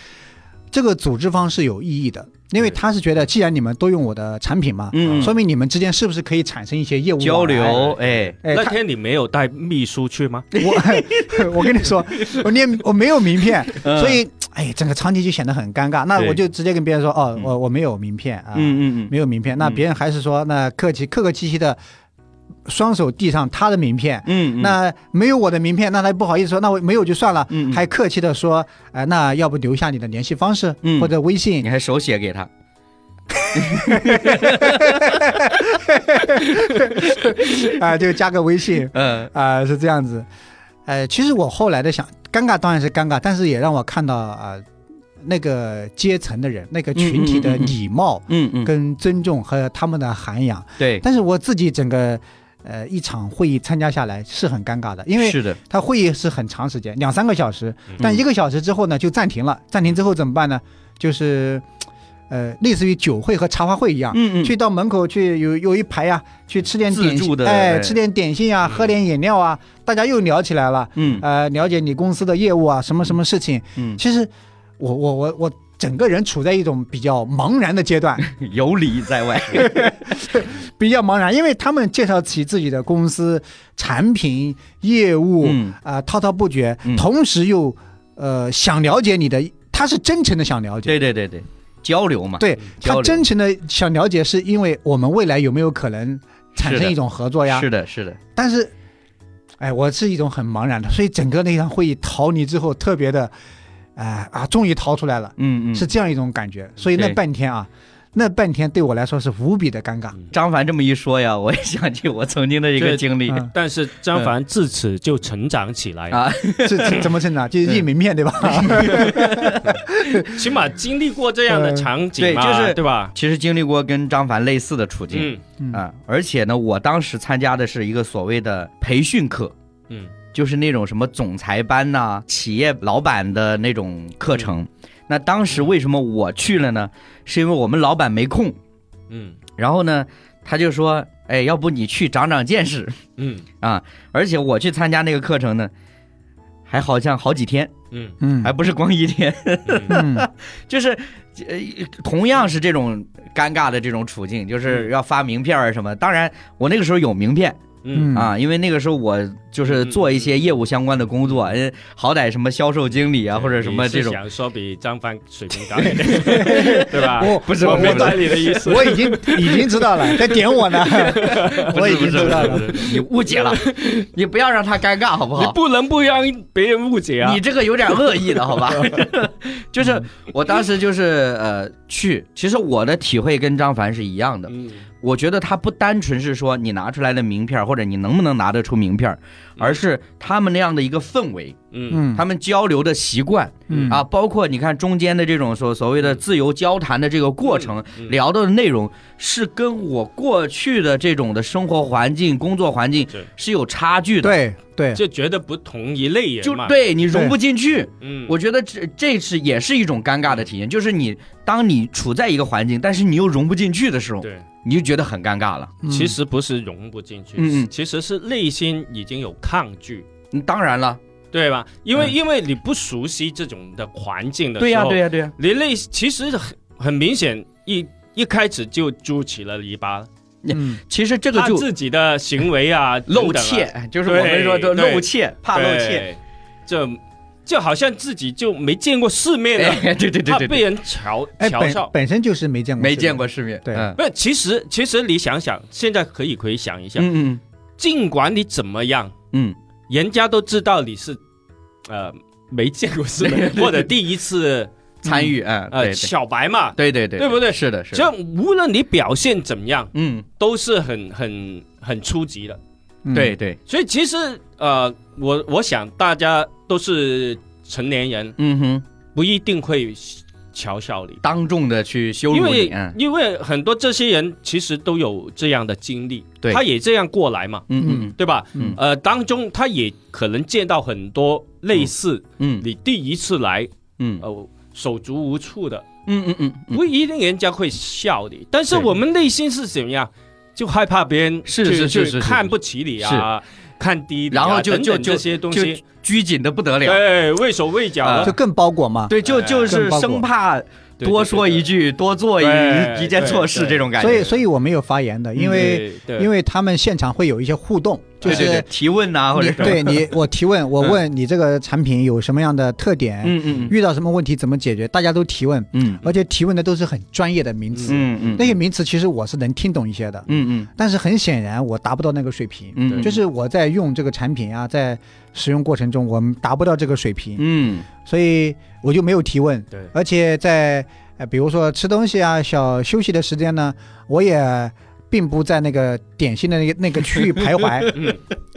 S2: 这个组织方是有意义的，因为
S3: 对
S2: 他是觉得，既然你们都用我的产品嘛，
S1: 嗯，
S2: 说明你们之间是不是可以产生一些业务往来
S1: 交流，？哎，
S2: 哎，
S3: 那
S2: 他
S3: 天你没有带秘书去吗？
S1: <laughs>
S2: 我我跟你说，我念我没有名片，
S1: 嗯
S2: 所，以哎，整个场景就显得很尴尬。那
S1: 对
S2: 我就直接跟别人说，哦
S1: 嗯，
S2: 我我没有名片啊，
S1: 嗯嗯嗯，
S2: 没有名片。那
S1: 嗯
S2: 别人还是说，那客气客客气气的，双手递上他的名片。
S1: 嗯，嗯
S2: 那没有我的名片，那他不好意思说，那我没有就算了，
S1: 嗯嗯
S2: 还客气的说，哎、那要不留下你的联系方式、
S1: 嗯
S2: 或者微信
S1: <laughs> 你？还手写给他，
S2: 啊、就加个微信
S1: 嗯
S2: 啊、是这样子。呃，其实我后来的想，尴尬当然是尴尬，但是也让我看到啊、呃那个阶层的人、那个群体的
S1: 嗯嗯嗯嗯嗯
S2: 礼貌、
S1: 嗯嗯，
S2: 跟尊重和他们的涵养。
S1: 对，
S2: 但是我自己整个呃一场会议参加下来是很尴尬的，因为
S1: 是的，
S2: 他会议是很长时间，两三个小时，
S3: 嗯
S2: 但一个小时之后呢就暂停了，暂停之后怎么办呢？就是呃类似于酒会和茶话会一样。
S1: 嗯嗯，
S2: 啊去到门口去有有一排呀、去吃点
S1: 自
S2: 点
S1: 助
S2: 心，
S1: 的
S2: 哎，
S1: 哎
S2: 吃点点心啊，
S3: 嗯
S2: 喝点饮料啊，大家又聊起来了，
S1: 嗯
S2: 呃，了解你公司的业务啊，什么什么事情。
S1: 嗯，
S2: <laughs> 其实我我我我整个人处在一种比较茫然的
S1: <laughs>
S2: 阶段，
S1: 有礼在外，
S2: 比较茫然，因为他们介绍起自己的公司产品、业务啊、
S1: <laughs> 嗯
S2: 滔滔不绝，
S1: 嗯
S2: 同时又呃想了解你的，他是真诚的想了解，
S1: 对对对对，交流嘛，
S2: 对
S1: 交
S2: 他
S1: 流
S2: 真诚的想了解，是因为我们未来有没有可能产
S1: 是
S2: 生
S1: 的
S2: 一种合作呀？
S1: 是的，是的，
S2: 但是，哎，我是一种很茫然的，所以整个那场会议逃离之后，特别的，哎、啊，终于逃出来了，
S1: 嗯嗯，
S2: 是这样一种感觉。所以那
S1: 对
S2: 半天啊，那半天对我来说是无比的尴尬。
S1: 张凡这么一说呀，我也想起我曾经的一个
S3: 对
S1: 经历
S2: 嗯，
S3: 但是张凡自此就成长起来，
S1: 啊，
S2: 是是怎么
S1: <laughs>
S2: 成长？就是印名片对吧？
S3: 起码经历过这样的
S2: 嗯
S3: 场景嘛，
S1: 对就是
S3: 对吧？
S1: 其实经历过跟张凡类似的处境
S3: 嗯
S2: 嗯
S1: 啊，而且呢，我当时参加的是一个所谓的培训课，
S3: 嗯
S1: 就是那种什么总裁班呐、企业老板的那种课程。那当时为什么我去了呢？是因为我们老板没空，
S3: 嗯
S1: 然后呢，他就说：“哎，要不你去长长见识 <laughs>
S3: 嗯
S1: 啊！”而且我去参加那个课程呢，还好像好几天，
S3: 嗯
S2: 嗯
S1: 还不是光一天，
S3: 嗯
S2: 嗯
S1: 就是呃，同样是这种尴尬的这种处境，就是要发名片儿啊什么。当然，我那个时候有名片，
S3: 嗯
S1: 啊，因为那个时候我就是做一些业务相关的工作，呃，好歹什么销售经理啊，或者什么这种
S3: 你是，想说比张凡水平高
S1: <laughs>
S3: 一点，对吧？
S2: 我
S1: 不是
S3: 我
S2: 我
S3: 明
S2: 我
S3: 白你的意
S2: <laughs>
S3: 思。
S2: 我已经已经知道了，在点
S1: <laughs>
S2: 我呢，
S1: 不
S2: 我
S1: 是
S2: 已
S1: 不
S2: 经
S1: 是
S2: 知道
S1: 不
S2: 了。
S1: 是，你误解了，你不要让他尴尬好不
S3: 你
S1: 好？
S3: 不能不让别人误解啊
S1: 你！这个有点恶意的好
S3: <laughs>
S1: 吧？就是我当时就是呃去，其实我的体会跟张凡是一样的，
S3: 嗯
S1: 我觉得他不单纯是说你拿出来的名片儿或者你能不能拿得出名片儿，而是他们那样的一个氛围，
S3: 嗯
S2: 嗯，
S1: 他们交流的习惯。
S2: 嗯
S1: 啊，，包括你看中间的这种所所谓的自由交谈的这个过程，
S3: 嗯
S1: 聊到的内容是跟我过去的这种的生活环境、工作环境
S3: 是
S1: 是有差距的，
S2: 对对，
S3: 就觉得不同一类人
S1: 就
S3: 嘛。，
S1: 对你融不进去。
S3: 嗯，
S1: 我觉得这这是也是一种尴尬的体验，就是你当你处在一个环境，但是你又融不进去的时候，
S3: 对，
S1: 你就觉得很尴尬了。
S2: 嗯
S3: 其实不是融不进去
S1: 嗯嗯，
S3: 其实是内心已经有抗拒。
S1: 嗯当然了，
S3: 对吧？因为、
S1: 嗯
S3: 因为你不熟悉这种的环境的时候，
S1: 对呀、对呀、对呀、
S3: 你那其实很很明显一一开始就筑起了篱笆，
S2: 嗯，
S1: 其实这个
S3: 他
S1: 就
S3: 自己的行为啊，
S1: <laughs> 露
S3: 等等啊
S1: 怯，，哎就是我们
S3: 对
S1: 说的
S3: 对
S1: 露怯，怕露怯。
S3: 对，这就好像自己就没见过世面了，
S1: 哎 <laughs> 对对对
S3: 他
S1: 对
S3: 被
S1: 对，
S3: 人嘲
S2: 哎，
S3: 嘲
S2: 本
S3: 笑。
S2: 本身就是没见过，
S1: 没见过，世面。
S2: 对
S1: 嗯
S3: 不，其实其实你想想，现在可以回想一下，
S1: 嗯
S3: 尽管你怎么样，
S1: 嗯
S3: 人家都知道你是，呃，没见过
S1: <laughs>
S3: 世
S1: 对对
S3: 面，
S1: 对
S3: 或者第一次
S1: 嗯，参与，嗯，
S3: 呃
S1: 对
S3: 小白嘛，
S1: 对对对
S3: 对不对
S1: 是的，是
S3: 这
S1: 的。
S3: 样无论你表现怎么样，
S1: 嗯，
S3: 都是很很很初级的。
S2: 嗯
S1: 对，对，
S3: 所以其实呃，我我想大家都是成年人，
S1: 嗯哼，
S3: 不一定会嘲笑你，
S1: 当众的去羞
S3: 因
S1: 辱你，
S3: 为
S1: 嗯
S3: 因为很多这些人其实都有这样的经历，
S1: 对
S3: 他也这样过来嘛，
S1: 嗯
S3: 对吧？
S1: 嗯
S3: 呃，当中他也可能见到很多类似
S1: 嗯
S3: 你第一次来，
S1: 嗯
S3: 呃，手足无措的，
S1: 嗯嗯嗯嗯，
S3: 不一定人家会笑你，但是
S1: 对
S3: 我们内心是怎么样，就害怕别人
S1: 是
S3: 去
S1: 是是
S3: 去
S1: 是是
S3: 看不起你啊，看低你啊，
S1: 然后就
S3: 等等
S1: 就就
S3: 这些东
S1: 就
S3: 西，
S1: 拘谨的不得了。
S3: 对，畏手畏脚
S1: 啊
S3: 的
S2: 就，更包裹嘛。
S1: 对，就
S3: 哎
S1: 就是
S2: 更包裹
S1: 生怕
S3: 对
S1: 多说一，句，多做一
S3: 对
S1: 一件错事
S3: 对
S1: 这种感觉。
S2: 所以，所以我没有发言
S1: 嗯
S2: 的，因为因
S3: 为
S2: 为他们现场会有一些互动，就
S1: 对对对
S2: 是
S1: 提问呐，或者
S2: 你对
S1: <laughs>
S2: 你我提问，我问你这个产品有什么样的特点，
S1: 嗯嗯
S2: 遇到什么问题怎么解决，大家都提问，
S1: 嗯
S2: 而且提问的都是很专业的名词，
S1: 嗯嗯
S2: 那些名词其实我是能听懂一些的，
S1: 嗯嗯
S2: 但是很显然我达不到那个水平，
S1: 嗯，
S2: 就是我在用这个产品啊，在使用过程中我们达不到这个水平，
S1: 嗯
S2: 所以我就没有提问，
S3: 对
S2: 而且在呃比如说吃东西啊、小休息的时间呢，我也并不在那个点心的那个那个区域徘
S1: <laughs>
S2: 徊，
S3: 嗯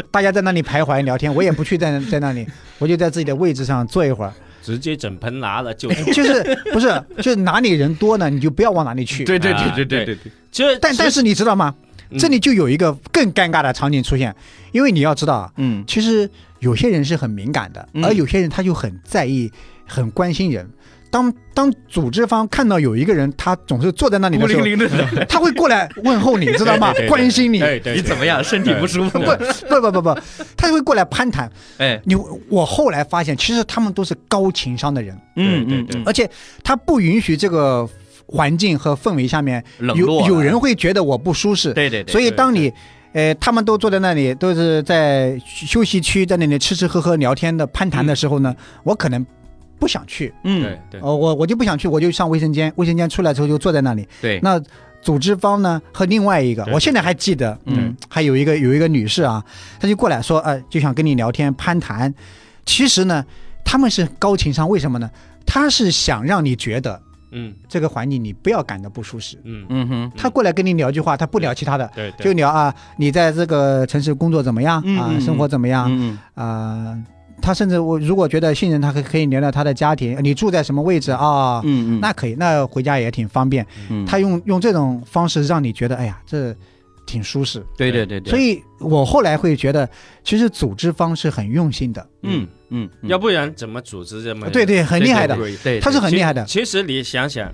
S2: 大家在那里徘徊聊天，我也不去在在那里， <laughs> 我就在自己的位置上坐一会儿，
S3: 直接整盆拿了就
S1: 哎
S3: <laughs> 走。
S2: 就是不是就是哪里人多呢，你就不要往哪里去。
S1: 对对
S3: 啊
S1: 对对对对
S3: 对
S1: 对，
S3: 其实，
S2: 但但是你知道吗？
S3: 嗯
S2: 这里就有一个更尴尬的场景出现，因为你要知道啊，
S1: 嗯
S2: 其实有些人是很敏感的，
S1: 嗯
S2: 而有些人他就很在意、很关心人。当当组织方看到有一个人他总是坐在那里
S1: 孤
S2: 的时
S1: 零零
S2: 候，
S1: 的，
S2: 他会过来问候你，知道
S1: <laughs>
S2: 吗
S3: 对对对？对
S2: 关心你，
S3: 对对，
S1: 你
S3: 对
S1: 怎么样？身体不舒服
S3: 对
S1: 吗？
S2: 不不不不，他就会过来攀谈。
S1: <laughs> 哎，
S2: 你我后来发现，其实他们都是高情商的人，
S1: 嗯
S3: 对
S1: 嗯
S3: 对
S1: 嗯，
S2: 而且他不允许这个环境和氛围下面
S1: 冷
S2: 有
S1: 落啊
S2: 有
S1: 了
S2: 人会觉得我不舒适，
S1: 对对对，
S2: 所以
S3: 对
S2: 当你，呃，他们都坐在那里，都是在休息区，在那里吃吃喝喝、聊天的攀谈的时候呢，我可能不想去，
S1: 嗯
S3: 对嗯对
S2: 哦，我我就不想去，我就上卫生间，卫生间出来之后就坐在那里。
S1: 对，
S2: 那组织方呢和另外一个，
S3: 对
S2: 我现在还记得，
S1: 对
S2: 嗯，还有一个有一个女士啊，她就过来说，呃，就想跟你聊天攀谈。其实呢，他们是高情商，为什么呢？她是想让你觉得
S3: 嗯
S2: 这个环境你不要感到不舒适。
S3: 嗯，
S1: 嗯哼，
S2: 她过来跟你聊句话，她不聊其他的，
S3: 对对，
S2: 就聊啊，你在这个城市工作怎么样
S1: 嗯
S2: 啊
S1: 嗯？
S2: 生活怎么样
S1: 嗯
S2: 啊？他甚至我如果觉得信任，他可可以聊聊他的家庭，你住在什么位置啊？
S1: 嗯嗯，
S2: 那可以，那回家也挺方便。
S1: 嗯
S2: 他用用这种方式让你觉得，哎呀，这挺舒适。
S1: 对对对对，
S2: 所以我后来会觉得，其实组织方是很用心的，
S1: 嗯嗯，嗯
S3: 要不然怎么组织这么
S2: 对对，很厉害的，
S1: 对对，
S2: 他是很厉害的。
S3: 其其实你想想，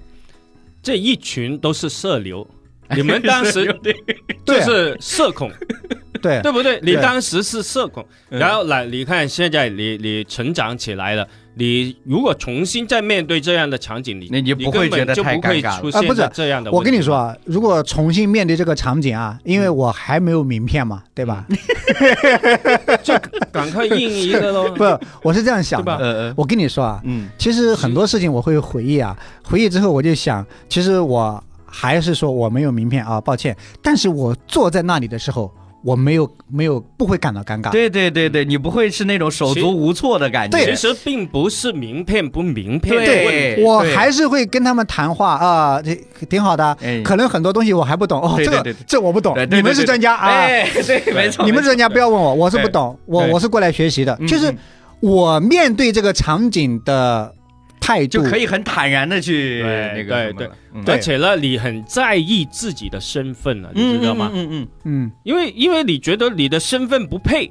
S3: 这一群都是社牛，你们当
S1: <laughs>
S3: 时
S1: 对啊
S3: 就
S2: 对
S3: 是社恐，
S2: 对
S3: 对不对？你
S2: 对
S3: 当时是社恐，
S1: 嗯
S3: 然后来你看现在你你成长起来了，你如果重新再面对这样的场景，你
S1: 那你就不会
S3: 根本
S1: 觉得
S3: 就
S1: 太
S3: 不会
S1: 尴尬了
S3: 出
S2: 啊不是
S3: 现这样的问题。
S2: 我跟你说啊，如果重新面对这个场景啊，因为我还没有名片嘛，对吧？。
S3: 赶快印一个喽
S2: <laughs> 不，我是这样想
S3: 对吧
S2: 的。
S1: 呃
S2: 我跟你说啊，
S1: 嗯
S2: 其实很多事情我会回忆啊，回忆之后我就想，其实我还是说我没有名片啊，抱歉。但是我坐在那里的时候，我没有没有不会感到尴尬。
S1: 嗯对对对对，你不会是那种手足无措的感觉，
S3: 其实并不是名片不名片的问题，
S1: 对，
S2: 我
S1: 对
S2: 还是会跟他们谈话啊，这挺好的。
S1: 哎
S2: 可能很多东西我还不懂哦，
S1: 对
S2: 这
S1: 对
S2: 个
S1: 对
S2: 这我不懂
S1: 对，对
S2: 你们
S1: 对
S2: 是
S1: 对
S2: 专家啊，
S1: 哎，对，没错，
S2: 你们是
S1: 没错
S2: 专家，不要问我，我是不懂，我
S1: 对
S2: 我是过来学习的。
S1: 嗯
S2: 就是
S1: 嗯
S2: 我面对这个场景的态
S1: 就
S2: 度，
S1: 可以很坦然的去
S3: 对
S1: 那个什么
S3: 对
S1: 了，嗯
S3: 而且呢，你很在意自己的身份了，你
S1: 嗯，
S3: 知道吗？
S1: 嗯嗯嗯，
S2: 嗯，
S3: 因为因为你觉得你的身份不配，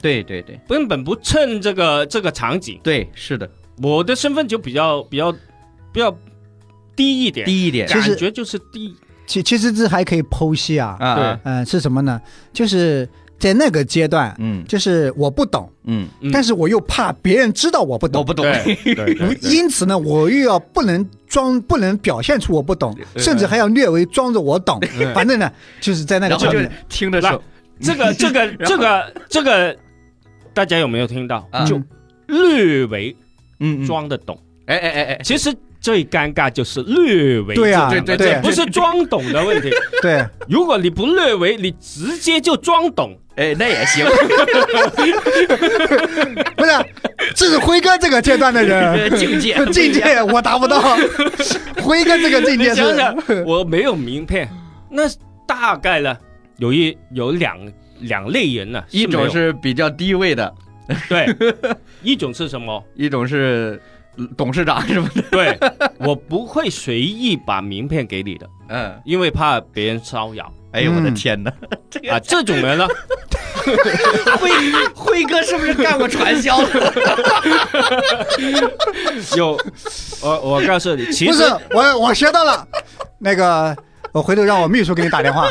S1: 对对对
S3: 根本不衬这个这个场景。
S1: 对，是的，
S3: 我的身份就比较比较比较低一点，
S1: 低一点
S2: 其实
S3: 感觉就是低。
S2: 其其实这还可以剖析啊，
S1: 啊，
S2: 嗯，是什么呢？就是在那个阶段，
S1: 嗯
S2: 就是我不懂，
S1: 嗯，
S3: 嗯
S2: 但是我又怕别人知道我不懂，
S1: 我不懂，
S3: 对对对
S2: <laughs>
S3: 对
S2: 因此呢，我又要不能装，不能表现出我不懂，
S3: 对
S2: 甚至还要略微装着我懂。反正呢，就是在那个
S1: 然后
S2: 上
S1: 就
S2: 面，
S1: 听着
S3: 来
S1: 手，
S3: 这个这
S1: <laughs>
S3: 个
S1: 然后
S3: 这个这个，大家有没有听到？
S1: 啊
S2: 就
S3: 略微
S1: 嗯，嗯，
S3: 装得懂，
S1: 哎哎哎哎，
S3: 其实最尴尬就是略微。
S2: 对啊，
S1: 对对对
S3: 这不是装懂
S1: <laughs>
S3: 的问题。
S2: 对，
S3: 如果你不略微，你直接就装懂，
S1: 哎，那也行，
S2: 不是，这是辉哥这个阶段的人
S1: 呃境
S2: <laughs>
S1: 界不一样
S2: 境界，我达不到。辉哥这个境
S3: 你
S2: 界
S3: 想
S2: 是，
S3: 想，我没有名片，那大概呢，有一有两两类人呢、
S1: 一
S3: 没
S1: 种
S3: 有
S1: 是比较低位的，
S3: 对，
S1: <laughs>
S3: 一种是什么？
S1: 一种是董事长什么的，
S3: 对我不会随意把名片给你的，
S1: 嗯，
S3: 因为怕别人骚扰
S1: 哎呦我的
S2: 嗯
S1: 天哪，这
S3: 啊。这种人呢，
S1: <laughs> 辉辉哥是不是干过传销的？
S3: <laughs> 有我我告诉你，其
S2: 不
S3: 实
S2: 是我我学到了，那个我回头让我秘书给你打电话。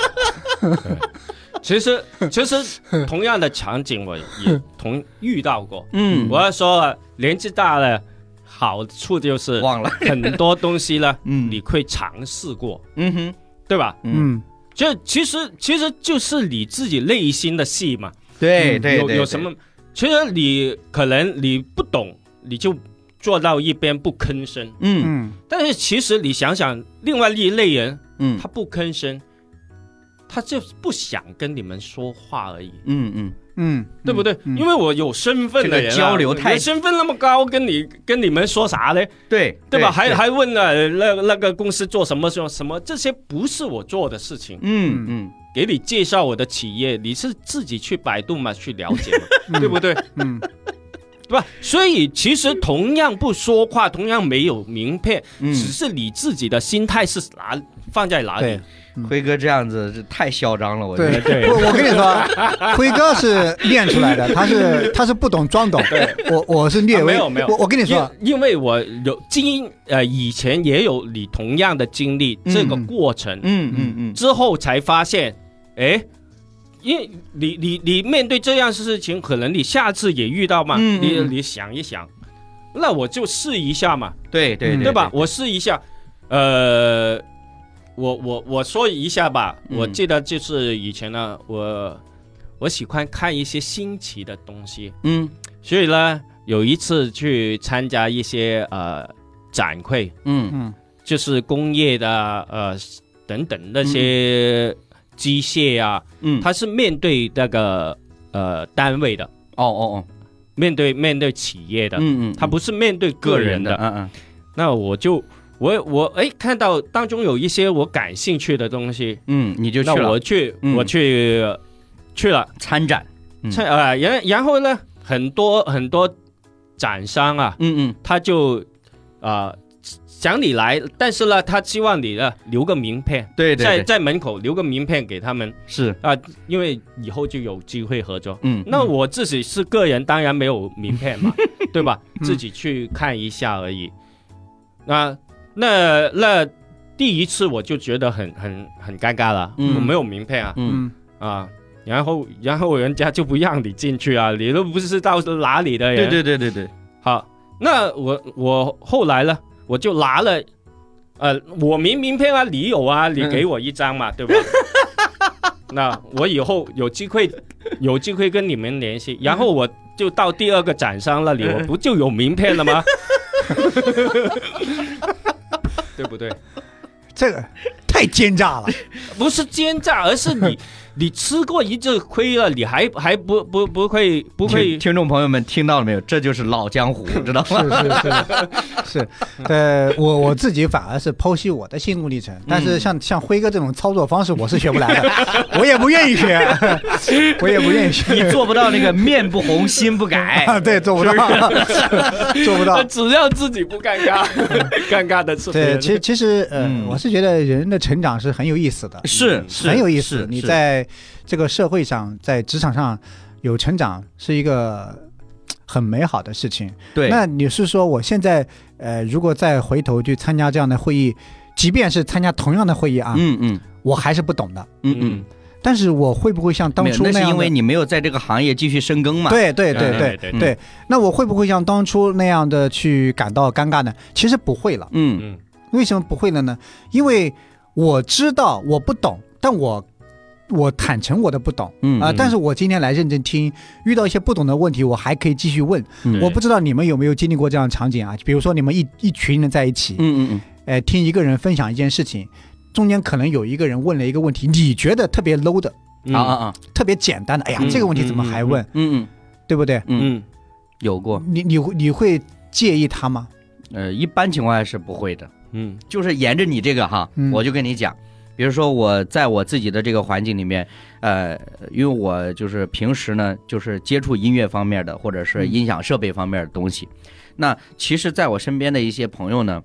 S3: 其实其实同样的场景我
S1: <laughs>
S3: 也同遇到过。
S1: <laughs> 嗯
S3: 我要说了，年纪大了，好处就是
S1: 忘了，
S3: 很多东西呢，
S1: 嗯
S3: 你会尝试过，
S1: 嗯哼，
S3: 对吧？
S1: 嗯，
S2: 嗯，
S3: 这其实其实就是你自己内心的戏嘛。
S1: 对
S2: 嗯
S1: 对
S3: 有
S1: 对，
S3: 有
S1: 对
S3: 什？么？其实你可能你不懂，你就坐到一边不吭声。
S1: 嗯
S2: 嗯，
S3: 但是其实你想想，另外一类人
S1: 嗯
S3: 他不吭声，他就是不想跟你们说话而已，
S1: 嗯嗯，
S2: 嗯，
S3: 对不对？因
S2: 为
S3: 为我有身份的人啊、
S1: 这个交流太
S3: 我身份那么高，跟你跟你们说啥嘞？
S1: 对
S3: 对吧？还还问了那那个公司做什么做什么，这些不是我做的事情。
S1: 嗯嗯
S3: 给你介绍我的企业，你是自己去百度嘛，去了解
S1: <laughs>
S3: 嘛，对不对？
S2: 嗯
S3: 对吧？所以其实同样不说话，同样没有名片，
S1: 嗯，
S3: 只是你自己的心态是哪放在哪里
S2: 对。
S1: 辉哥这样子这太嚣张了，我觉
S2: 对
S1: 得。
S3: 对
S2: 我我跟你说，辉哥是练出来的，他是他是不懂装懂，我我是略
S3: 啊
S2: 微
S3: 没有没有
S2: 我我跟你说，
S3: 因因为我有经呃以前也有你同样的经历，
S1: 嗯
S3: 这个过程、
S1: 嗯嗯嗯，
S3: 之后才发现，哎，因为你你你面对这样事情，可能你下次也遇到嘛，
S1: 嗯嗯
S3: 你
S1: 嗯
S3: 你想一想，那我就试一下嘛，
S1: 对对
S2: 嗯
S3: 对吧？？我试一下，呃，我我我说一下吧，
S1: 嗯
S3: 我记得就是以前呢，我我喜欢看一些新奇的东西，
S1: 嗯
S3: 所以呢，有一次去参加一些呃展会，
S1: 嗯
S2: 嗯
S3: 就是工业的呃等等那些机械啊，
S1: 嗯，
S3: 它是面对那个呃单位的，
S1: 哦哦哦，
S3: 面对面对企业的，
S1: 嗯嗯，
S3: 它不是面对个人的。
S1: 嗯
S3: 那我就我我哎看到当中有一些我感兴趣的东西，
S1: 嗯嗯，你就去
S3: 那我
S1: 了
S3: 去、
S1: 嗯
S3: 我去去了，
S1: 参展，嗯
S3: 这呃然然后呢，很多很多展商啊，
S1: 嗯嗯
S3: 他就啊、呃想你来，但是呢，他希望你呢留个名片。
S1: 对
S3: 在
S1: 对对，
S3: 在门口留个名片给他们，
S1: 是，
S3: 因为以后就有机会合作。
S1: 嗯
S3: 那我自己是个人，当然没有名
S1: <laughs>
S3: 片嘛，对吧？
S2: 嗯
S3: 自己去看一下而已。那那那第一次我就觉得很很很尴尬了，
S1: 嗯
S3: 我没有名片啊
S1: 嗯
S2: 嗯
S3: 啊，然后然后人家就不让你进去啊，你都不知道是哪里的人。
S1: 对对对对对，
S3: 好，那我我后来呢，我就拿了，呃，我明名片啊，你有啊，你给我一张嘛，
S2: <laughs>
S3: 对吧？那我以后有机会有机会跟你们联系，然后我就到第二个展商那
S2: 嗯
S3: 里，我不就有名片
S2: <laughs>
S3: 了吗？对不对？
S2: 这个太奸诈了，
S3: 不是奸诈，而是
S2: <laughs>
S3: 你你吃过一次亏了，你还还不不不会不会
S1: 听听众朋友们听到了没有？这就是老江 <laughs> 湖，知道吗？
S2: <laughs> 是是是是，呃，我我自己反而是剖析我的心路历程，但是像像辉哥这种操作方式，我是学不来的， <laughs> 我也不愿意学，我也不愿意
S1: 你
S2: 学，
S1: 做不到那个面不红心不
S2: 啊
S1: <laughs> 改，
S2: <laughs> 对，做不到， <laughs> 做不到
S3: 那。 <laughs> 只要自己不尴
S2: <laughs>
S3: 尬，尴尬的是别
S2: 对，
S3: 人。
S2: 其实其实呃，
S1: 嗯
S2: 我是觉得人的成长是很有意思的，
S1: 是是
S2: 很有意
S1: 是
S2: 思。你
S1: 是
S2: 在这个社会上，在职场上有成长，是一个很美好的事情。
S1: 对，
S2: 那你是说，我现在呃，如果再回头去参加这样的会议，即便是参加同样的会议啊，
S1: 嗯嗯
S2: 我还是不懂的。
S1: 嗯嗯，
S2: 但是我会不会像当
S1: 没有
S2: 初
S1: 那
S2: 样
S1: 是
S2: 的
S1: 因为你没有在这个行业继续深耕嘛。嗯
S2: 对对
S3: 对
S2: 对对
S3: 对
S1: 对
S2: 对，那我会不会像当初那样的去感到尴尬呢？其实不会了，
S1: 嗯，
S3: 嗯
S2: 为什么不会了呢？因为我知道我不懂，但我我坦诚我的不懂
S1: 嗯
S2: 啊、
S3: 嗯
S2: 但是我今天来认真听，遇到一些不懂的问题，我还可以继续问。
S1: 嗯
S2: 我不知道你们有没有经历过这样的场景啊？比如说你们一一群人在一起，
S1: 嗯嗯
S2: 哎，听一个人分享一件事情，中间可能有一个人问了一个问题，你觉得特别 low 的、
S1: 嗯，啊啊啊，
S2: 特别简单的，哎呀，
S3: 嗯
S2: 这个问题怎么
S3: 嗯嗯
S2: 还问，
S1: 嗯嗯
S2: 对不对？
S1: 嗯，
S3: 嗯
S1: 有过，
S2: 你你会你会介意他吗？
S1: 呃，一般情况下是不会的，
S3: 嗯
S1: 就是沿着你这个哈
S2: 嗯，
S1: 我就跟你讲。比如说我在我自己的这个环境里面，呃，因为我就是平时呢，就是接触音乐方面的或者是
S2: 嗯
S1: 音响设备方面的东西。那其实，在我身边的一些朋友呢，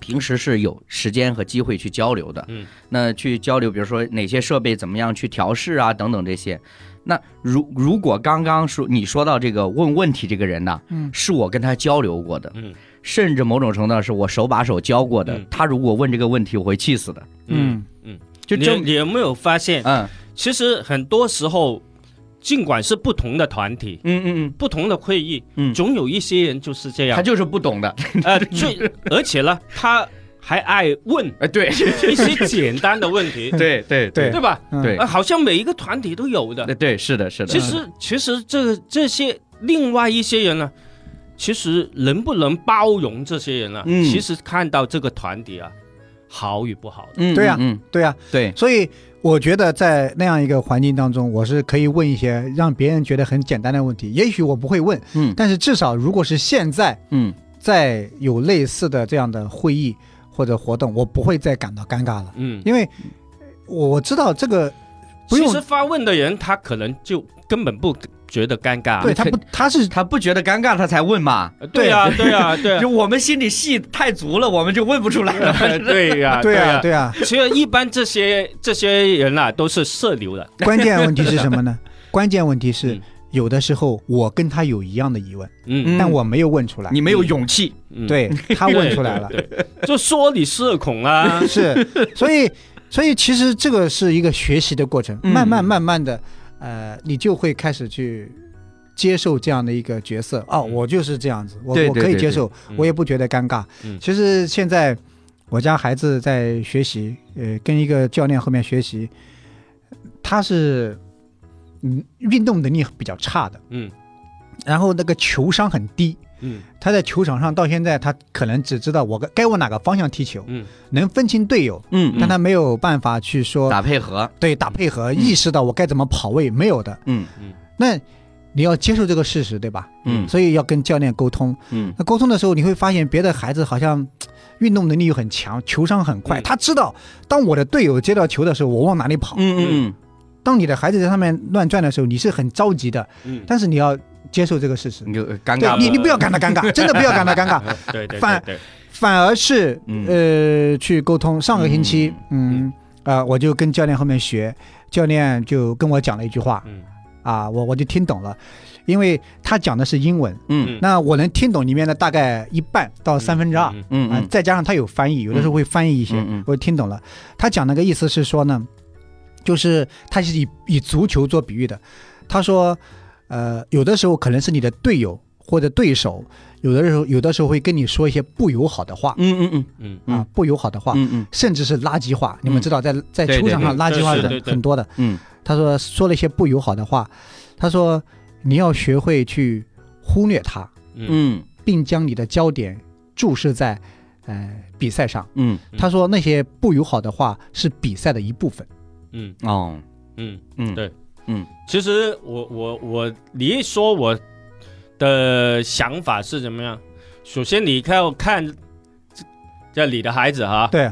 S1: 平时是有时间和机会去交流的。
S3: 嗯，
S1: 那去交流，比如说哪些设备怎么样去调试啊，等等这些。那如如果刚刚说你说到这个问问题这个人呢、
S2: 嗯
S1: 是我跟他交流过的，
S3: 嗯
S1: 甚至某种程度上是我手把手教过的。
S3: 嗯
S1: 他如果问这个问题，我会气死的。
S3: 嗯，
S1: 就
S3: 你
S1: 证
S3: 你有没有发现，
S1: 嗯
S3: 其实很多时候，尽管是不同的团体、
S1: 嗯嗯
S3: 不同的会议，
S1: 嗯
S3: 总有一些人就是这
S1: 嗯，他
S3: 样。
S1: 就是不懂
S3: <laughs>
S1: 的。 <laughs>
S3: 呃，最而且呢，他还爱问
S1: 哎，对
S3: 一些简单的问题，
S1: 对对
S2: 对
S3: 对吧？
S2: 嗯
S1: 对
S3: 呃，好像每一个团体都有的。
S1: 对对，是的，是的。
S3: 其实，其实这这些另外一些人呢，其实能不能包容这些人呢？
S1: 嗯
S3: 其实看到这个团体啊，好与不好的。
S1: 嗯，
S2: 对呀
S1: 嗯，嗯
S2: 对啊，
S1: 对，
S2: 所以我觉得在那样一个环境当中，我是可以问一些让别人觉得很简单的问题。也许我不会问，
S1: 嗯
S2: 但是至少如果是现在
S1: 嗯
S2: 在有类似的这样的会议或者活动，我不会再感到尴尬了，
S3: 嗯，
S2: 因为我我知道这个不
S3: 其
S2: 用
S3: 实发问的人他可能就根本不觉得尴尬。
S2: 对他不他是
S1: 他不觉得尴尬，他才问嘛。
S3: 呃对呀，对呀，对
S2: <laughs>
S3: 呀
S1: 就我们心里戏太足了，我们就问不出来了。
S3: <laughs> 对呀，
S2: 对啊
S3: 呀。
S2: 对啊，
S3: 其实一般这些这些人啊，都是社牛的。
S2: 关键问题是什么
S3: <laughs>
S2: 呢？关键问题是
S3: 嗯
S2: 有的时候我跟他有一样的疑问，
S3: 嗯，
S2: 但我没有问出来，
S1: 你没有勇气。
S3: 嗯，
S2: 对他
S3: 对
S2: 问出来了。。
S3: 对，对 <laughs> 就说你社恐啊啦
S2: <laughs> 是，所以所以其实这个是一个学习的过程，
S1: 嗯
S2: 慢慢慢慢的，呃，你就会开始去接受这样的一个角色。哦，
S3: 嗯
S2: 我就是这样子，我
S1: 对
S2: 我
S1: 对
S2: 可以
S1: 对
S2: 接
S1: 对
S2: 受
S3: 嗯，
S2: 我也不觉得尴尬。
S3: 嗯
S2: 其实现在我家孩子在学习，呃，跟一个教练后面学习，他是嗯运动能力比较差的， <laughs>
S3: 嗯
S2: 然后那个球商很低。
S3: 嗯
S2: 他在球场上到现在，他可能只知道我该该往哪个方向踢球，
S3: 嗯
S2: 能分清队友，
S1: 嗯
S2: 但他没有办法去说
S1: 打配合。
S2: 对打配合，意识到我该怎么跑位，没有的。
S1: 嗯
S2: 那你要接受这个事实，对吧？
S1: 嗯
S2: 所以要跟教练沟通。
S1: 嗯
S2: 那沟通的时候，你会发现别的孩子好像嘖运动能力又很强，球商很快，
S3: 嗯
S2: 他知道当我的队友接到球的时候，我往哪里跑。
S1: 嗯嗯
S2: 当你的孩子在上面乱转的时候，你是很着急的，
S3: 嗯，
S2: 但是你要接受这个事实
S1: 嗯，。你就尴
S2: 对
S1: 尬
S2: 你，
S1: 不？
S2: 你不要感到尴尬，真的不要感
S1: <laughs>
S2: 到尴尬，
S3: 嗯对对对
S2: 反
S3: 对，
S2: 反而是
S1: 嗯
S2: 呃去沟通。上个星期，嗯啊、我就跟教练后面学，教练就跟我讲了一句话
S3: 嗯
S2: 啊，我我就听懂了，因为他讲的是英文，
S1: 嗯
S2: 那我能听懂里面的大概一半到三分之二啊、
S3: 嗯
S1: 嗯嗯
S2: 再加上他有翻译，有的时候会翻译一些，
S1: 嗯嗯
S2: 我听懂了。他讲那个意思是说呢，就是他是以以足球做比喻的，他说，呃，有的时候可能是你的队友或者对手，有的时候有的时候会跟你说一些不友好的话。
S1: 嗯嗯嗯
S3: 嗯
S1: 嗯
S2: 啊，不友好的话，
S1: 嗯嗯
S2: 甚至是垃圾话。你们知道在，在
S1: 对
S2: 球场上
S3: 对
S2: 垃圾话
S3: 对
S2: 是
S3: 对对
S2: 很多的。
S1: 嗯
S2: 他说说了一些不友好的话，他说你要学会去忽略它，
S3: 嗯
S1: 嗯
S2: 并将你的焦点注视在呃比赛上。
S1: 嗯
S3: 嗯
S2: 他说那些不友好的话是比赛的一部分。
S3: 嗯
S1: 嗯哦
S3: 嗯。
S1: 嗯
S3: 对
S1: 嗯
S3: 其实我我我，你一说我的想法是怎么样？首先你看要看这这你的孩子哈，
S2: 对，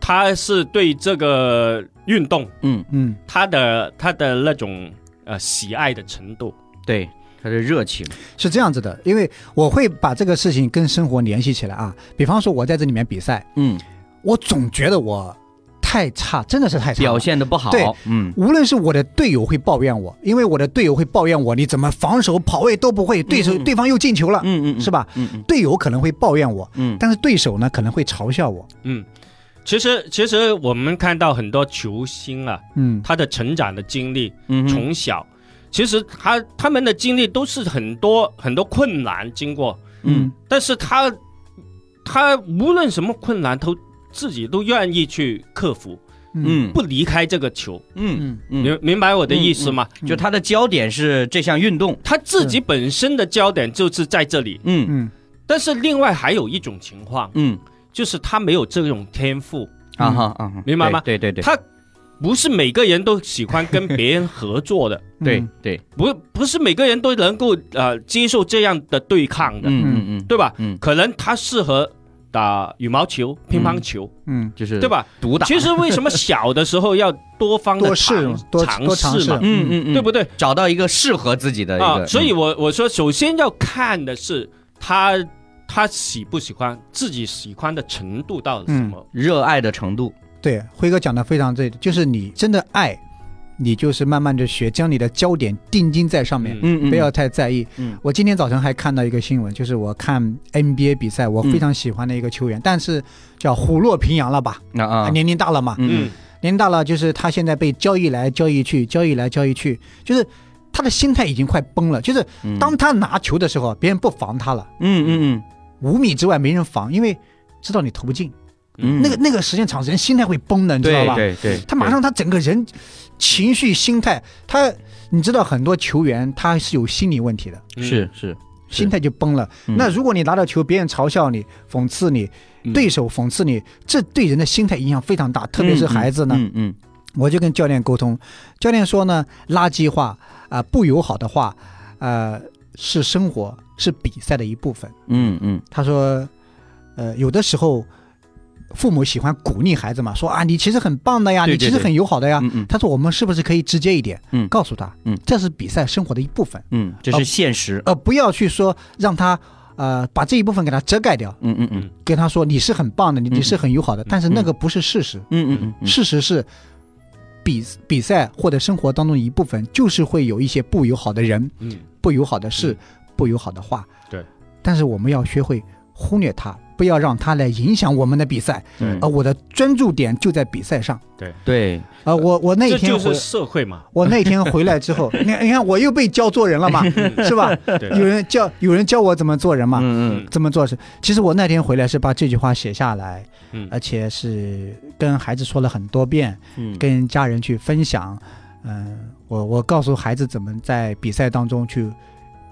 S3: 他是对这个运动
S1: 嗯
S2: 嗯，
S3: 他的他的那种呃喜爱的程度，
S1: 对，他的热情。
S2: 是这样子的，因为我会把这个事情跟生活联系起来啊。比方说，我在这里面比赛，
S1: 嗯，
S2: 我总觉得我太差，真的是太差了，
S1: 表现的不好。
S2: 对
S1: 嗯
S2: 无论是我的队友会抱怨我，因为我的队友会抱怨我，你怎么防守、跑位都不会，对手、
S1: 嗯
S2: 对方又进球了，
S1: 嗯嗯，
S2: 是吧？
S1: 嗯嗯
S2: 队友可能会抱怨我，
S1: 嗯
S2: 但是对手呢可能会嘲笑我。
S3: 嗯，其实其实我们看到很多球星啊，
S2: 嗯
S3: 他的成长的经历，
S1: 嗯哼
S3: 从小，其实他他们的经历都是很多很多困难经过，
S1: 嗯
S3: 但是他他无论什么困难都自己都愿意去克服，
S1: 嗯
S3: 不离开这个球，
S1: 嗯
S2: 嗯
S1: 嗯，
S3: 明明白我的意思吗？
S1: 就他的焦点是这项运动，
S3: 他自己本身的焦点就是在这里，
S1: 嗯
S2: 嗯
S3: 但是另外还有一种情况，
S1: 嗯
S3: 就是他没有这种天赋，
S1: 啊哈啊哈，
S3: 明白吗
S1: 对对对
S3: 他不是每个人都喜欢跟别人合作的， <laughs>
S2: 嗯
S1: 对对，
S3: 不不是每个人都能够呃接受这样的对抗的，
S1: 嗯嗯嗯，
S3: 对吧？
S1: 嗯，
S3: 可能他适合打羽毛球、乒乓球，
S2: 嗯，
S1: 就是
S3: 对？吧？
S1: 毒打，
S3: <laughs> 其实为什么小的时候要多方的
S2: 多试
S3: 尝
S2: 多多尝
S3: 尝
S2: 试
S3: 嘛，
S1: 嗯嗯嗯，
S3: 对不对
S1: 找到一个适合自己的一
S3: 啊？
S1: 个，嗯
S3: 所以我我说，首先要看的是他他喜不喜欢，自己喜欢的程度到什么。
S1: 热爱的程度，
S2: 对，辉哥讲的非常对，就是你真的爱，你就是慢慢的学，将你的焦点定睛在上面，
S3: 嗯，
S1: 嗯嗯，
S2: 不要太在意。
S1: 嗯
S2: 我今天早晨还看到一个新闻，就是我看 NBA 比赛，
S1: 嗯
S2: 我非常喜欢的一个球员，但是叫虎落平阳了吧？
S1: 那啊
S2: 他，年龄大了嘛，
S1: 嗯
S2: 年龄大了就是他现在被交易来交易去，交易来交易去，就是他的心态已经快崩了。就是
S1: 嗯，
S2: 当他拿球的时候，别人不防他了，
S1: 嗯嗯
S2: 五米之外没人防，因为知道你投不进。
S1: 嗯，
S2: 那个那个时间长，人心态会崩的，你知道
S1: 对
S2: 吧？
S1: 对对，
S2: 他马上他整个人情绪、心态，他你知道很多球员他是有心理问题的，
S3: 嗯
S1: 是是，嗯
S2: 心态就崩了。那如果你拿到球，别人嘲笑你、讽刺你，
S3: 嗯
S2: 对手讽刺你，这对人的心态影响非常大，特别是孩子呢。
S1: 嗯嗯
S2: 我就跟教练沟通，教练说呢，垃圾话啊、不友好的话，呃，是生活，是比赛的一部分。
S1: 嗯嗯
S2: 他说，呃，有的时候父母喜欢鼓励孩子嘛，说啊，你其实很棒的呀，
S1: 对
S2: 你
S1: 对
S2: 其实
S1: 对
S2: 很友好的呀。
S1: 嗯嗯
S2: 啊他说我们是不是可以直接一点，
S1: 嗯
S2: 告诉他，
S1: 嗯
S2: 这是比赛生活的一部分，
S1: 嗯，这是现实，
S2: 呃，不要去说让他呃把这一部分给他遮盖掉，
S1: 嗯嗯嗯
S2: 跟他说你是很棒的，你
S1: 嗯
S2: 你是很友好的，但是那个不是事实，
S1: 嗯嗯嗯，
S2: 事实是。比比赛或者生活当中的一部分，就是会有一些不友好的人、
S3: 嗯
S2: 不友好的事
S3: 嗯、
S2: 不友好的话。
S3: 对，
S2: 但是我们要学会忽略它，不要让它来影响我们的比赛。
S3: 对
S2: 而我的专注点就在比赛上。
S1: 对，
S2: 啊，我我那
S3: 这
S2: 天
S3: 就
S2: 回
S3: 是社会嘛。
S2: 我那天回来
S3: <laughs>
S2: 之后，你看你看我又被教做人了嘛，
S3: 嗯
S2: <laughs> 是吧？ <laughs> 有
S3: 对，
S2: 人教有人教我怎么做人嘛，
S1: 嗯嗯
S2: 怎么做事。其实我那天回来是把这句话写下来，
S3: 嗯
S2: 而且是跟孩子说了很多遍，
S1: 嗯，
S2: 跟家人去分享。嗯，我我告诉孩子怎么在比赛当中去，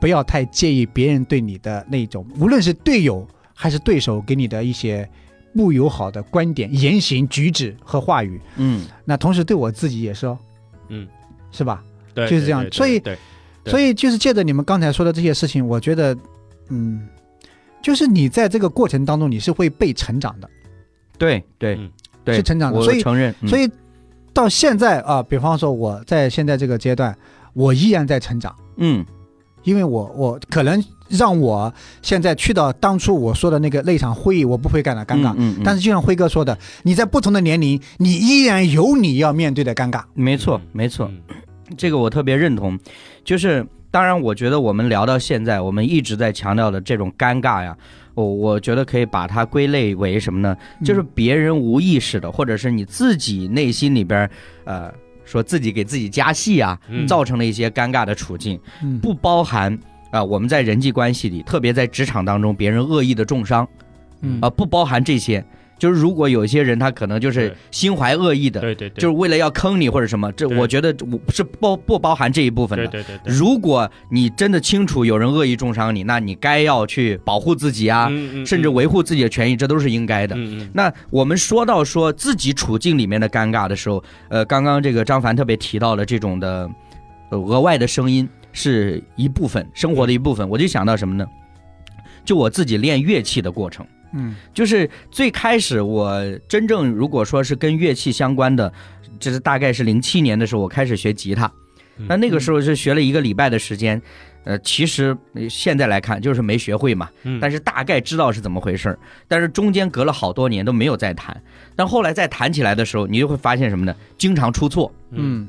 S2: 不要太介意别人对你的那种，无论是队友还是对手给你的一些不友好的观点、言行举止和话语。
S1: 嗯
S2: 那同时对我自己也是哦，
S3: 嗯，
S2: 是吧？
S3: 对
S2: 就是这样
S3: 对对
S2: 所以
S3: 对，对
S2: 所以就是借着你们刚才说的这些事情，我觉得，嗯，就是你在这个过程当中你是会被成长的，
S1: 对对对，我承认，
S3: 嗯
S2: 所
S1: 以
S2: 以到现在啊，比方说我在现在这个阶段，我依然在成长，
S1: 嗯
S2: 因为我我可能让我现在去到当初我说的那个那场会议，我不会感到尴尬。
S1: 嗯，
S2: 但是就像辉哥说的，你在不同的年龄，你依然有你要面对的尴尬。
S1: 没错没错，
S3: 嗯
S1: 这个我特别认同，就是当然，我觉得我们聊到现在，我们一直在强调的这种尴尬呀，我、我觉得可以把它归类为什么呢？嗯
S2: 嗯
S1: 就是别人无意识的，或者是你自己内心里边，呃，说自己给自己加戏啊，
S3: 嗯
S1: 造成了一些尴尬的处境，
S2: 嗯
S1: 不包含。啊、我们在人际关系里，特别在职场当中，别人恶意的重伤
S2: 嗯
S1: 啊、不包含这些。就是如果有一些人，他可能就是
S3: 对
S1: 心怀恶意的，
S3: 对对对，
S1: 就是为了要坑你或者什么，这
S3: 对
S1: 我觉得我是包不包含这一部分
S3: 对
S1: 的。
S3: 对对对，
S1: 如果你真的清楚有人恶意重伤你，那你该要去保护自己啊，
S3: 嗯嗯
S1: 甚至维护自己的权益，这都是应该的。
S3: 嗯嗯
S1: 那我们说到说自己处境里面的尴尬的时候，呃，刚刚这个张凡特别提到了这种的呃额外的声音是一部分生活的一部分，我就想到什么呢？就我自己练乐器的过程。
S2: 嗯
S1: 就是最开始我真正如果说是跟乐器相关的，这是大概是零七年的时候，我开始学吉他。
S3: 嗯
S1: 那那个时候是学了一个礼拜的时间，呃，其实呃现在来看就是没学会嘛，
S3: 嗯，
S1: 但是大概知道是怎么回事儿。但是中间隔了好多年都没有再弹，但后来再弹起来的时候，你就会发现什么呢？经常出错，
S2: 嗯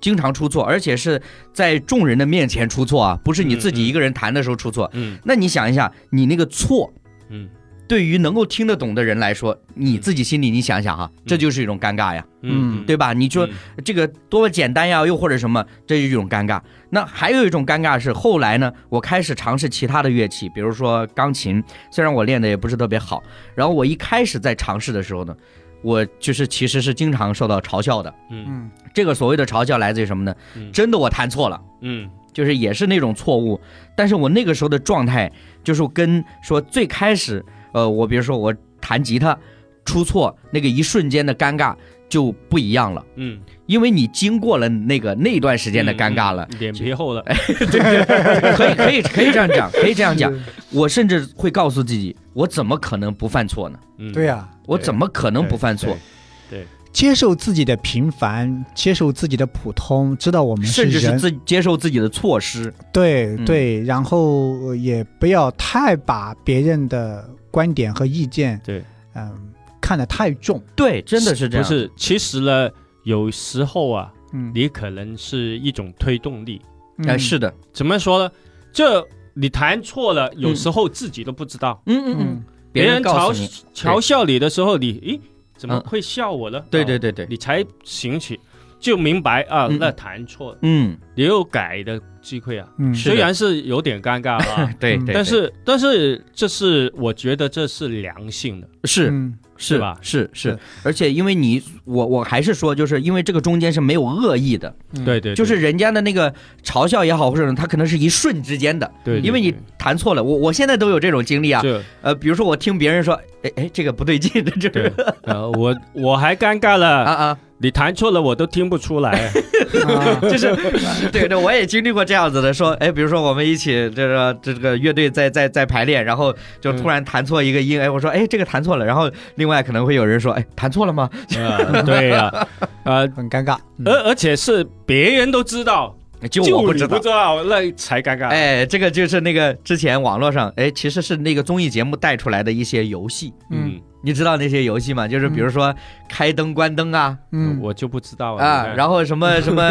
S1: 经常出错，而且是在众人的面前出错啊，不是你自己
S3: 嗯嗯
S1: 一个人弹的时候出错。
S3: 嗯
S1: 那你想一下，你那个错
S3: 嗯
S1: 对于能够听得懂的人来说，你自己心里你想想哈，
S3: 嗯
S1: 这就是一种尴尬呀，
S2: 嗯
S1: 对吧？你就这个多么简单呀，又或者什么，这是一种尴尬。那还有一种尴尬是，后来呢，我开始尝试其他的乐器，比如说钢琴，虽然我练的也不是特别好，然后我一开始在尝试的时候呢，我就是其实是经常受到嘲笑的。
S3: 嗯
S2: 嗯
S1: 这个所谓的嘲笑来自于什么呢？
S3: 嗯
S1: 真的我弹错了。
S3: 嗯
S1: 就是也是那种错误，但是我那个时候的状态就是跟说最开始，呃，我比如说我弹吉他出错那个一瞬间的尴尬就不一样了，
S3: 嗯，
S1: 因为你经过了那个那段时间的尴尬了，哎
S3: 嗯，嗯脸皮厚了，
S1: 可以可以可以这样 <laughs> 讲，可以这样讲，我甚至会告诉自己，我怎么可能不犯错呢？
S3: 嗯
S2: 对呀、啊
S1: 我怎么可能不犯错
S2: 对？接受自己的平凡，接受自己的普通，知道我们
S1: 甚至是
S2: 人，
S1: 自接受自己的错失，
S2: 对
S1: 嗯
S2: 对，然后呃也不要太把别人的观点和意见，
S3: 对，
S2: 嗯、看得太重，
S1: 对，真的是这
S3: 不
S1: 样，
S3: 是，其实呢，有时候啊，
S2: 嗯，
S3: 你可能是一种推动力。
S2: 嗯
S1: 哎，是，的，
S3: 怎么说呢？这你弹错了，有
S1: 嗯
S3: 时候自己都不知道。
S1: 嗯嗯嗯
S2: 嗯，，
S1: 别人告
S3: 嘲
S1: 诉你，
S3: 嘲笑你的时候，你诶，怎么
S1: 嗯
S3: 会笑我呢？
S1: 对
S3: 哦
S1: 对，对对，
S3: 你才醒起，就明白啊
S1: 嗯，
S3: 那弹错了，
S1: 嗯，
S3: 也有改的机会啊。
S2: 嗯，
S1: 是的，
S3: 虽然是有点尴尬啊
S1: <laughs> 对
S2: 嗯
S1: 对，对
S3: 但是但是这是我觉得这是良性的，
S1: 是
S2: 嗯
S1: 是
S3: 吧
S1: 是是
S2: 对，
S1: 而且因为你，我我还是说，就是因为这个中间是没有恶意的，
S2: 嗯
S3: 对对，
S1: 就是人家的那个嘲笑也好，或者他可能是一瞬之间的，
S3: 对，对
S1: 因为你
S3: 对
S1: 弹错了，我我现在都有这种经历啊，
S3: 就
S1: 呃，比如说我听别人说，哎哎，这个不对劲， <laughs> 这
S3: 对
S1: 个
S3: 呃，我我还尴尬
S1: 啊
S3: 了， <laughs>
S1: 啊，
S3: 你弹错了我都听不
S1: <laughs>
S3: 出来，
S2: 啊
S1: 就是对对，我也经历过这样子的，说，哎，比如说我们一起这个这个乐队在在在排练，然后就突然弹错一个音，哎，我说，哎，这个弹错了，然后另外可能会有人说，哎，弹错了吗？
S3: 呃对呀，呃，
S2: 很尴尬，嗯
S3: 而而且是别人都知道，
S1: 就
S3: 就
S1: 我不
S3: 你
S1: 知道
S3: 不。知道，那才尴尬。
S1: 哎，这个就是那个之前网络上，哎，其实是那个综艺节目带出来的一些游戏，
S2: 嗯
S3: 嗯，
S1: 你知道那些游戏吗？就是比如说开灯、关灯啊
S2: 嗯
S3: 我就不知道
S1: 啊，然
S3: 后
S1: 后什
S3: <laughs>
S1: 么什么，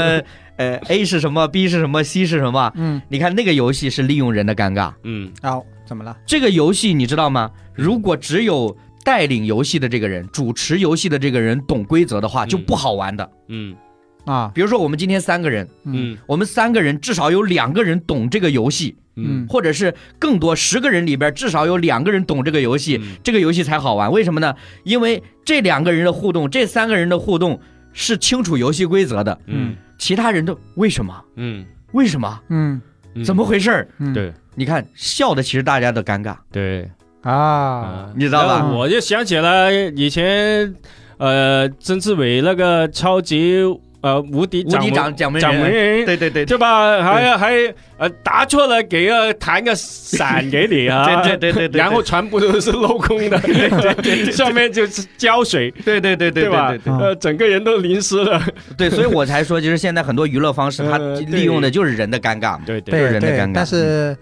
S1: 呃，A 是什么，B 是什么，C 是什么？
S2: 嗯
S1: 你看那个游戏是利用人的尴尬，
S3: 嗯
S2: 然后怎么了？
S1: 这个游戏你知道吗？如果只有带领游戏的这个人、主持游戏的这个人懂规则的话，
S3: 嗯
S1: 就不好玩的。
S3: 嗯
S2: 啊，
S1: 比如说我们今天三个人，
S3: 嗯
S1: 我们三个人至少有两个人懂这个游戏，
S2: 嗯
S1: 或者是更多十个人里边至少有两个人懂这个游戏，
S3: 嗯
S1: 这个游戏才好玩。为什么呢？因为这两个人的互动，这三个人的互动是清楚游戏规则的，
S3: 嗯
S1: 其他人都为什么？
S3: 嗯
S1: 为什么？
S2: 嗯
S3: 嗯，
S1: 怎么回事儿？
S2: 嗯，
S3: 对
S1: 你看笑的其实大家都尴尬，
S3: 对
S2: 啊，
S1: 你知道吧
S3: 然后我就想起了以前呃曾志伟那个超级呃无敌
S1: 无
S3: 掌
S1: 敌
S3: 门
S1: 掌掌门
S3: 掌门
S1: 人，
S3: 人
S1: 对对对，对
S3: 对吧？还还呃答错了，给个弹个伞给你
S1: <laughs>
S3: 啊，
S1: 对对对对，
S3: 然后全部都是镂空的，对对对，上面就是胶水，
S1: 对对对对
S3: 对吧
S1: 对对
S2: 嗯
S3: 呃，整个人都淋湿了，
S1: 对，所以我才说，就是现在很多娱乐方式，它
S3: 呃对
S1: 利用的就是人的尴尬嘛。
S3: 对
S1: 这是
S2: 对
S1: 人的尴
S2: 对
S1: 尬，
S2: 但是，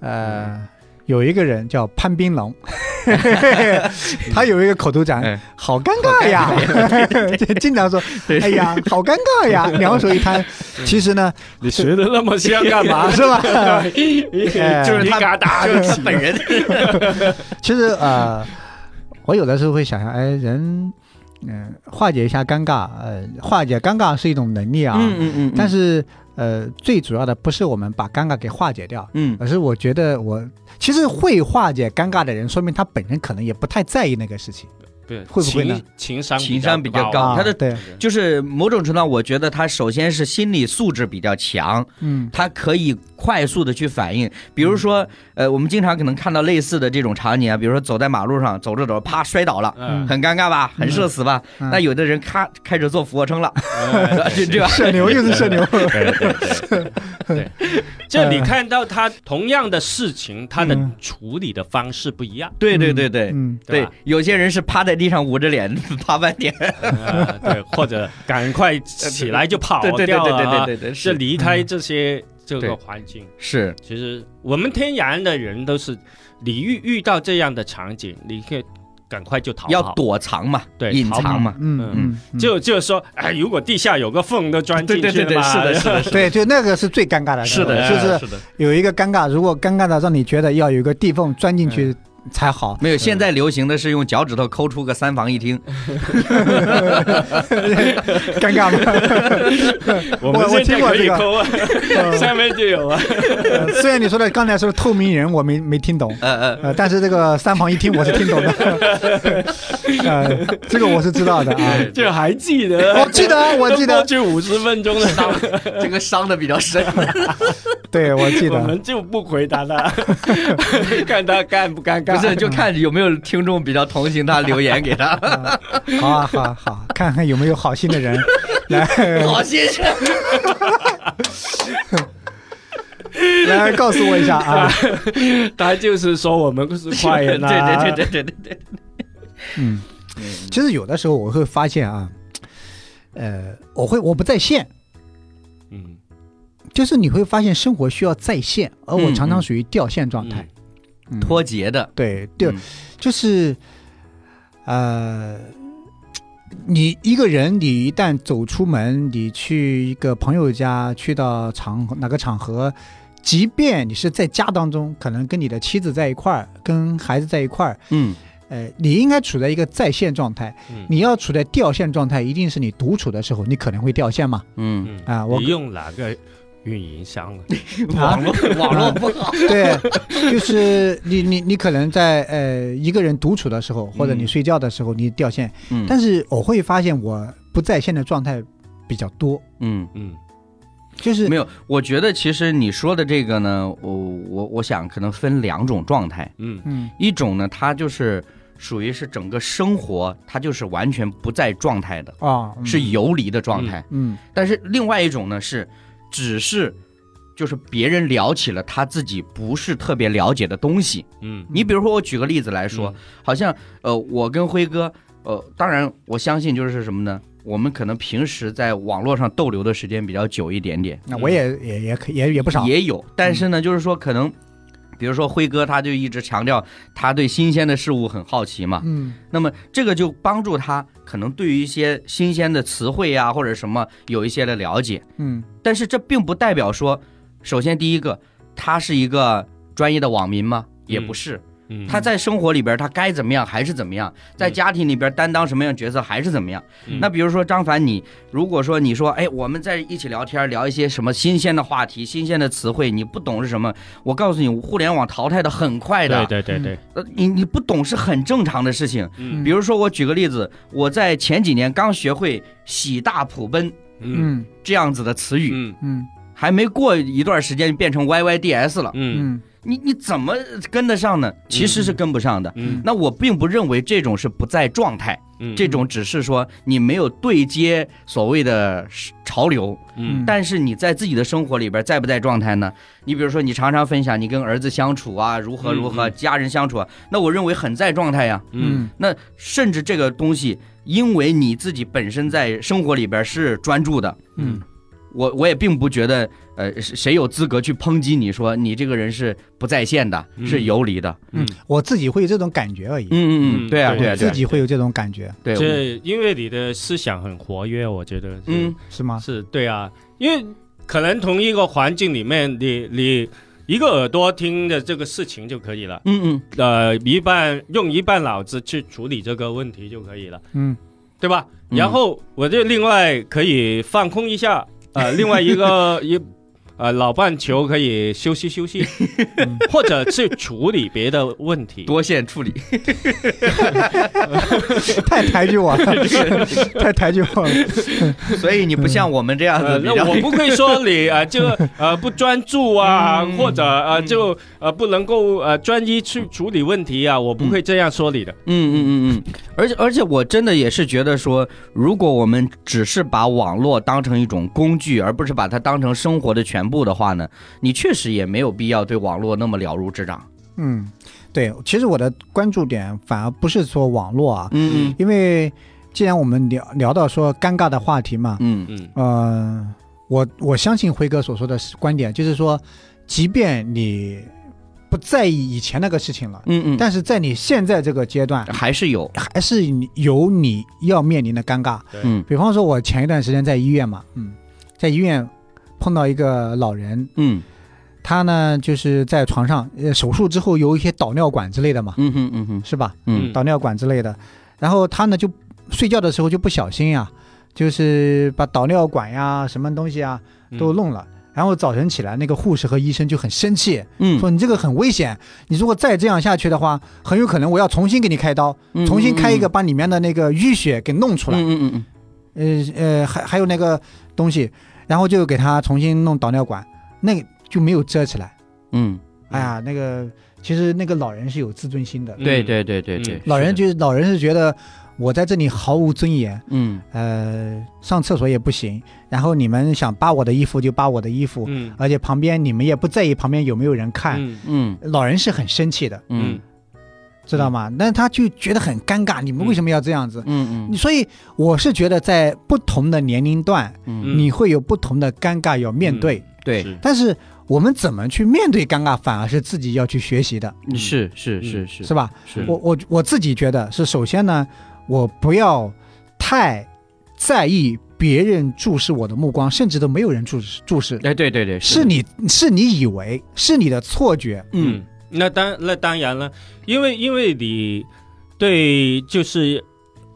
S2: 呃，有一个人叫潘斌龙， <laughs> 他有一个口头
S1: 哎
S2: 禅，好尴尬呀， <laughs> 经常说，哎呀，好尴尬呀，两手一摊。其实呢，
S3: 你学的那么像干嘛
S2: 啊，？ <laughs> 是吧？
S3: <laughs>
S1: <laughs> 就是
S3: 你
S1: 他
S3: 嘎
S1: <laughs>
S3: 达
S1: 就是他本人，
S2: 其实呃，我有的时候会想想，哎，人，嗯，化解一下尴尬，呃，化解尴尬是一种能力啊，
S1: <laughs> 嗯嗯嗯，
S2: 但是呃，最主要的不是我们把尴尬给化解掉。
S1: 嗯
S2: 而是我觉得我其实会化解尴尬的人，说明他本人可能也不太在意那个事情
S3: 对，
S2: 会不会呢
S3: 情情商
S1: 情商比较高
S2: 啊。
S1: 哦他的
S2: 对，
S1: 就是某种程度，上，我觉得他首先是心理素质比较强，
S2: 嗯
S1: 他可以快速的去反应。比如说，呃，我们经常可能看到类似的这种场景啊，比如说走在马路上，走着走着，啪摔倒了。
S3: 嗯，
S1: 很尴尬吧，很社死吧？
S2: 嗯
S1: 那有的人咔开始做俯卧撑了，
S3: <laughs>
S1: <laughs>
S3: 嗯
S1: 对对吧？
S2: 社牛又是社牛，
S3: 对对
S1: <laughs>
S3: 对对，
S1: 嗯
S3: 这你看到他同样的事情，他的处理的方式不一样，
S1: 对对 <laughs> 对对
S2: 嗯
S1: 对
S3: 吧？，
S1: 有些人是趴在地上捂着脸 <laughs> 趴半天，
S3: 啊对，或者赶快起来就跑
S1: 呃对对对
S3: 掉
S1: 对
S3: 了
S1: 对对
S3: 啊，
S1: 对对，
S3: 就是离开这些这
S1: 对
S3: 个环境。
S1: 是，
S3: 其实我们天然的人都是，你遇遇到这样的场景，你可以赶快就逃跑。
S1: 要躲藏嘛，
S3: 对
S1: 隐
S3: 逃
S1: 藏嘛，
S2: 嗯嗯嗯，
S3: 就就是说，哎，如果地下有个缝都钻进
S1: 对对
S3: 去了哎
S1: 对对，
S3: 嘛
S1: 是的，是的，是的
S2: 嗯对，就那个是最
S3: <laughs>
S2: 尴尬的，
S1: 是的，
S2: 就
S1: 的
S2: 是
S1: 是的，。
S2: 有一个尴尬，如果尴尬到让你觉得要有一个地缝钻进去，才好
S1: 嗯 <laughs> 没有，现在流行的是用脚趾头抠出个三房一厅， <laughs>
S2: 尴
S1: <laughs>
S2: 尬吗？
S3: 我们
S2: 我
S3: 现在
S2: 听过
S3: 可以
S2: 这个
S3: 抠啊，
S1: 嗯
S3: 下面就有
S1: <laughs>
S3: 啊。
S2: 嗯呃虽然你说的刚才说的透明人，我没没听懂。
S1: 呃呃，
S2: 呃，但是这个三房一厅我是听懂 <laughs> 的，呃，这个我是知道的
S1: 哎
S2: 啊，
S3: 这还记得？
S1: 哦
S2: 我记得我记
S3: 都过
S2: 得，
S3: 去五十分钟了，
S1: 伤呃 <laughs> 这个伤的比较深。
S2: 对我记
S3: 我
S2: 得，
S3: 们就不回答他， <laughs> 看他尴不尴
S1: 不
S3: 尬。
S1: 是，就看有没有听众比较同情他，留言给他。
S2: 啊好啊好啊好啊，看看有没有好心的 <laughs> 人来
S1: 好先生，
S2: 来告诉我一下啊，
S3: 他就是说我们是坏
S1: <laughs> 对
S3: 人啊。
S1: 对对对对对
S2: 嗯，其实有的时候我会发现啊，呃，我会我不在线，
S3: 嗯，
S2: 就是你会发现生活需要在线，而我常常属于掉线状态，嗯
S1: 脱节的，
S2: 对对
S1: 嗯，
S2: 就是，呃，你一个人，你一旦走出门，你去一个朋友家，去到场哪个场合，即便你是在家当中，可能跟你的妻子在一块儿，跟孩子在一块儿，
S1: 嗯，
S2: 呃，你应该处在一个在线状态。
S3: 嗯
S2: 你要处在掉线状态，一定是你独处的时候，你可能会掉线
S3: <laughs>
S2: 嘛。
S1: 嗯，
S3: 嗯
S2: 啊我
S3: 你用哪个运营商啊？
S2: 嗯
S1: 网络网络不好，
S2: 对，就是你你你可能在呃一个人独处的时候，或者你
S3: 嗯
S2: 睡觉的时候，你掉线。
S1: 嗯
S2: <laughs> 但是我会发现我不在线的状态比较多，
S1: 嗯。
S3: 嗯
S2: 就是 <laughs>
S1: 没有，我觉得其实你说的这个呢，我我我想可能分两种状态，
S3: 嗯
S2: 嗯
S1: 一种呢，它就是属于是整个生活，它就是完全不在状态的，
S2: 啊、嗯
S1: 是游离的状态；
S2: 嗯
S1: 但是另外一种呢是，只是就是别人聊起了他自己不是特别了解的东西。
S3: 嗯，
S1: 你比如说，我举个例子来说，
S2: 嗯
S1: 好像呃，我跟辉哥，呃，当然我相信就是什么呢？我们可能平时在网络上逗留的时间比较久一点点，
S2: 那我也也也可也也不少，
S1: 嗯
S2: 嗯
S1: 也有，但是呢，就是说可能，比如说辉哥他就一直强调他对新鲜的事物很好奇嘛，
S2: 嗯
S1: 那么这个就帮助他可能对于一些新鲜的词汇啊或者什么有一些的了解，
S2: 嗯
S1: 但是这并不代表说，首先第一个他是一个专业的网民吗？也不是，
S3: 嗯
S1: 他在生活里边他该怎么样还是怎么样，在家庭里边担当什么样角色还是怎么样。
S3: 嗯
S1: 那比如说张凡，你如果说你说，哎，我们在一起聊天，聊一些什么新鲜的话题、新鲜的词汇，你不懂是什么？我告诉你，互联网淘汰的很快的，
S3: 对对对对，
S1: 呃你你不懂是很正常的事情。
S3: 嗯
S1: 比如说，我举个例子，我在前几年刚学会“喜大普奔
S3: 嗯
S2: 嗯”
S1: 这样子的词语，
S3: 嗯
S2: 嗯
S1: 还没过一段时间就变成 YYDS 了，
S3: 嗯
S2: 嗯
S1: 你你怎么跟得上呢？其实是跟不上的。
S3: 嗯
S1: 那我并不认为这种是不在状态。
S3: 嗯
S1: 这种只是说你没有对接所谓的潮流，
S3: 嗯
S1: 但是你在自己的生活里边在不在状态呢？你比如说，你常常分享你跟儿子相处啊，如何如何，
S3: 嗯嗯
S1: 家人相处啊，那我认为很在状态呀。
S3: 嗯
S1: 那甚至这个东西，因为你自己本身在生活里边是专注的，
S2: 嗯
S1: 我我也并不觉得，呃，谁有资格去抨击你说你这个人是不在线的，
S3: 嗯
S1: 是游离的。
S2: 嗯，我自己会有这种感觉而已，
S1: 嗯嗯嗯，
S3: 嗯
S1: 对啊，
S3: 对
S1: 对啊，对
S2: 自
S1: 啊，
S2: 己会有这种感觉
S1: 对，啊我
S3: 这因为你的思想很活跃，我觉得是
S1: 嗯，<laughs>
S2: 是吗？
S3: 是对啊，因为可能同一个环境里面，你你一个耳朵听的这个事情就可以了，
S1: 嗯嗯，
S3: 呃，一半用一半脑子去处理这个问题就可以了，
S2: 嗯
S3: 对吧？
S1: 嗯
S3: 然后我就另外可以放空一下，
S1: <laughs>
S3: 呃，另外一个一呃老半球可以休息休息，
S2: 嗯
S3: 或者去处理别的
S1: <laughs>
S3: 问题。
S1: 多线处理。
S2: 太抬举我了，太抬举我了，
S1: 所以你不
S2: 嗯
S1: 像我们这样
S3: 呃，
S1: 子比
S3: 那
S1: 较，
S3: 我不会说你啊、
S1: <laughs>
S3: 呃，就呃不专注啊，
S1: 嗯
S3: 或者呃
S1: 嗯
S3: 就呃不能够呃专一去处理问题啊，我不会这样说你的。
S1: 嗯嗯嗯嗯，而且而且我真的也是觉得说，如果我们只是把网络当成一种工具，而不是把它当成生活的全部的话呢，你确实也没有必要对网络那么了如指掌。
S2: 嗯，对，其实我的关注点反而不是说网络啊，
S1: 嗯
S2: 因为既然我们聊聊到说尴尬的话题嘛，
S1: 嗯
S3: 嗯
S2: 呃，我我相信辉哥所说的是观点，就是说，即便你不在意以前那个事情了，
S1: 嗯嗯
S2: 但是在你现在这个阶段，
S1: 嗯，还是有，
S2: 还是你有你要面临的尴尬。
S1: 嗯
S2: 比方说，我前一段时间在医院嘛，嗯，在医院碰到一个老人，
S1: 嗯
S2: 他呢就是在床上，呃，手术之后有一些导尿管之类的嘛，
S1: 嗯哼嗯哼
S2: 是吧？
S1: 嗯
S3: 嗯
S2: 导尿管之类的。然后他呢就睡觉的时候就不小心呀、就是把导尿管呀、什么东西啊
S1: 嗯
S2: 都弄了。然后早晨起来，那个护士和医生就很生气，
S1: 嗯
S2: 说你这个很危险，你如果再这样下去的话，很有可能我要重新给你开刀，
S1: 嗯，
S2: 重新开一个
S1: 嗯
S2: 把里面的那个淤血给弄出来。
S1: 嗯嗯嗯
S2: 呃呃，还还有那个东西，然后就给他重新弄导尿管，那个就没有遮起来。
S1: 嗯，
S2: 哎呀，那个其实那个老人是有自尊心的，
S1: 嗯对对对对
S3: 嗯
S1: 对，
S2: 老人
S1: 就
S2: 就是老人是觉得我在这里毫无尊严，
S1: 嗯
S2: 呃，上厕所也不行，然后你们想扒我的衣服就扒我的衣服，
S3: 嗯
S2: 而且旁边你们也不在意旁边有没有人看，
S3: 嗯
S1: 嗯
S2: 老人是很生气的，
S1: 嗯
S2: 知道吗？那他就觉得很尴尬，你们为什么要这样子？
S1: 嗯嗯
S2: 所以我是觉得，在不同的年龄段，
S1: 嗯，
S3: 嗯
S2: 你会有不同的尴尬要面对。
S1: 对，
S3: 是
S2: 但是我们怎么去面对尴尬，反而是自己要去学习的，
S3: 嗯
S1: 是是是
S3: 嗯
S1: 是
S2: 是吧？
S1: 是
S2: 我我我自己觉得是，首先呢，我不要太在意别人注视我的目光，甚至都没有人注视注视，
S1: 哎对对对
S2: 是你是你以为是你的错觉，
S1: 嗯
S3: 嗯，那当那当然了，因为因为你对就是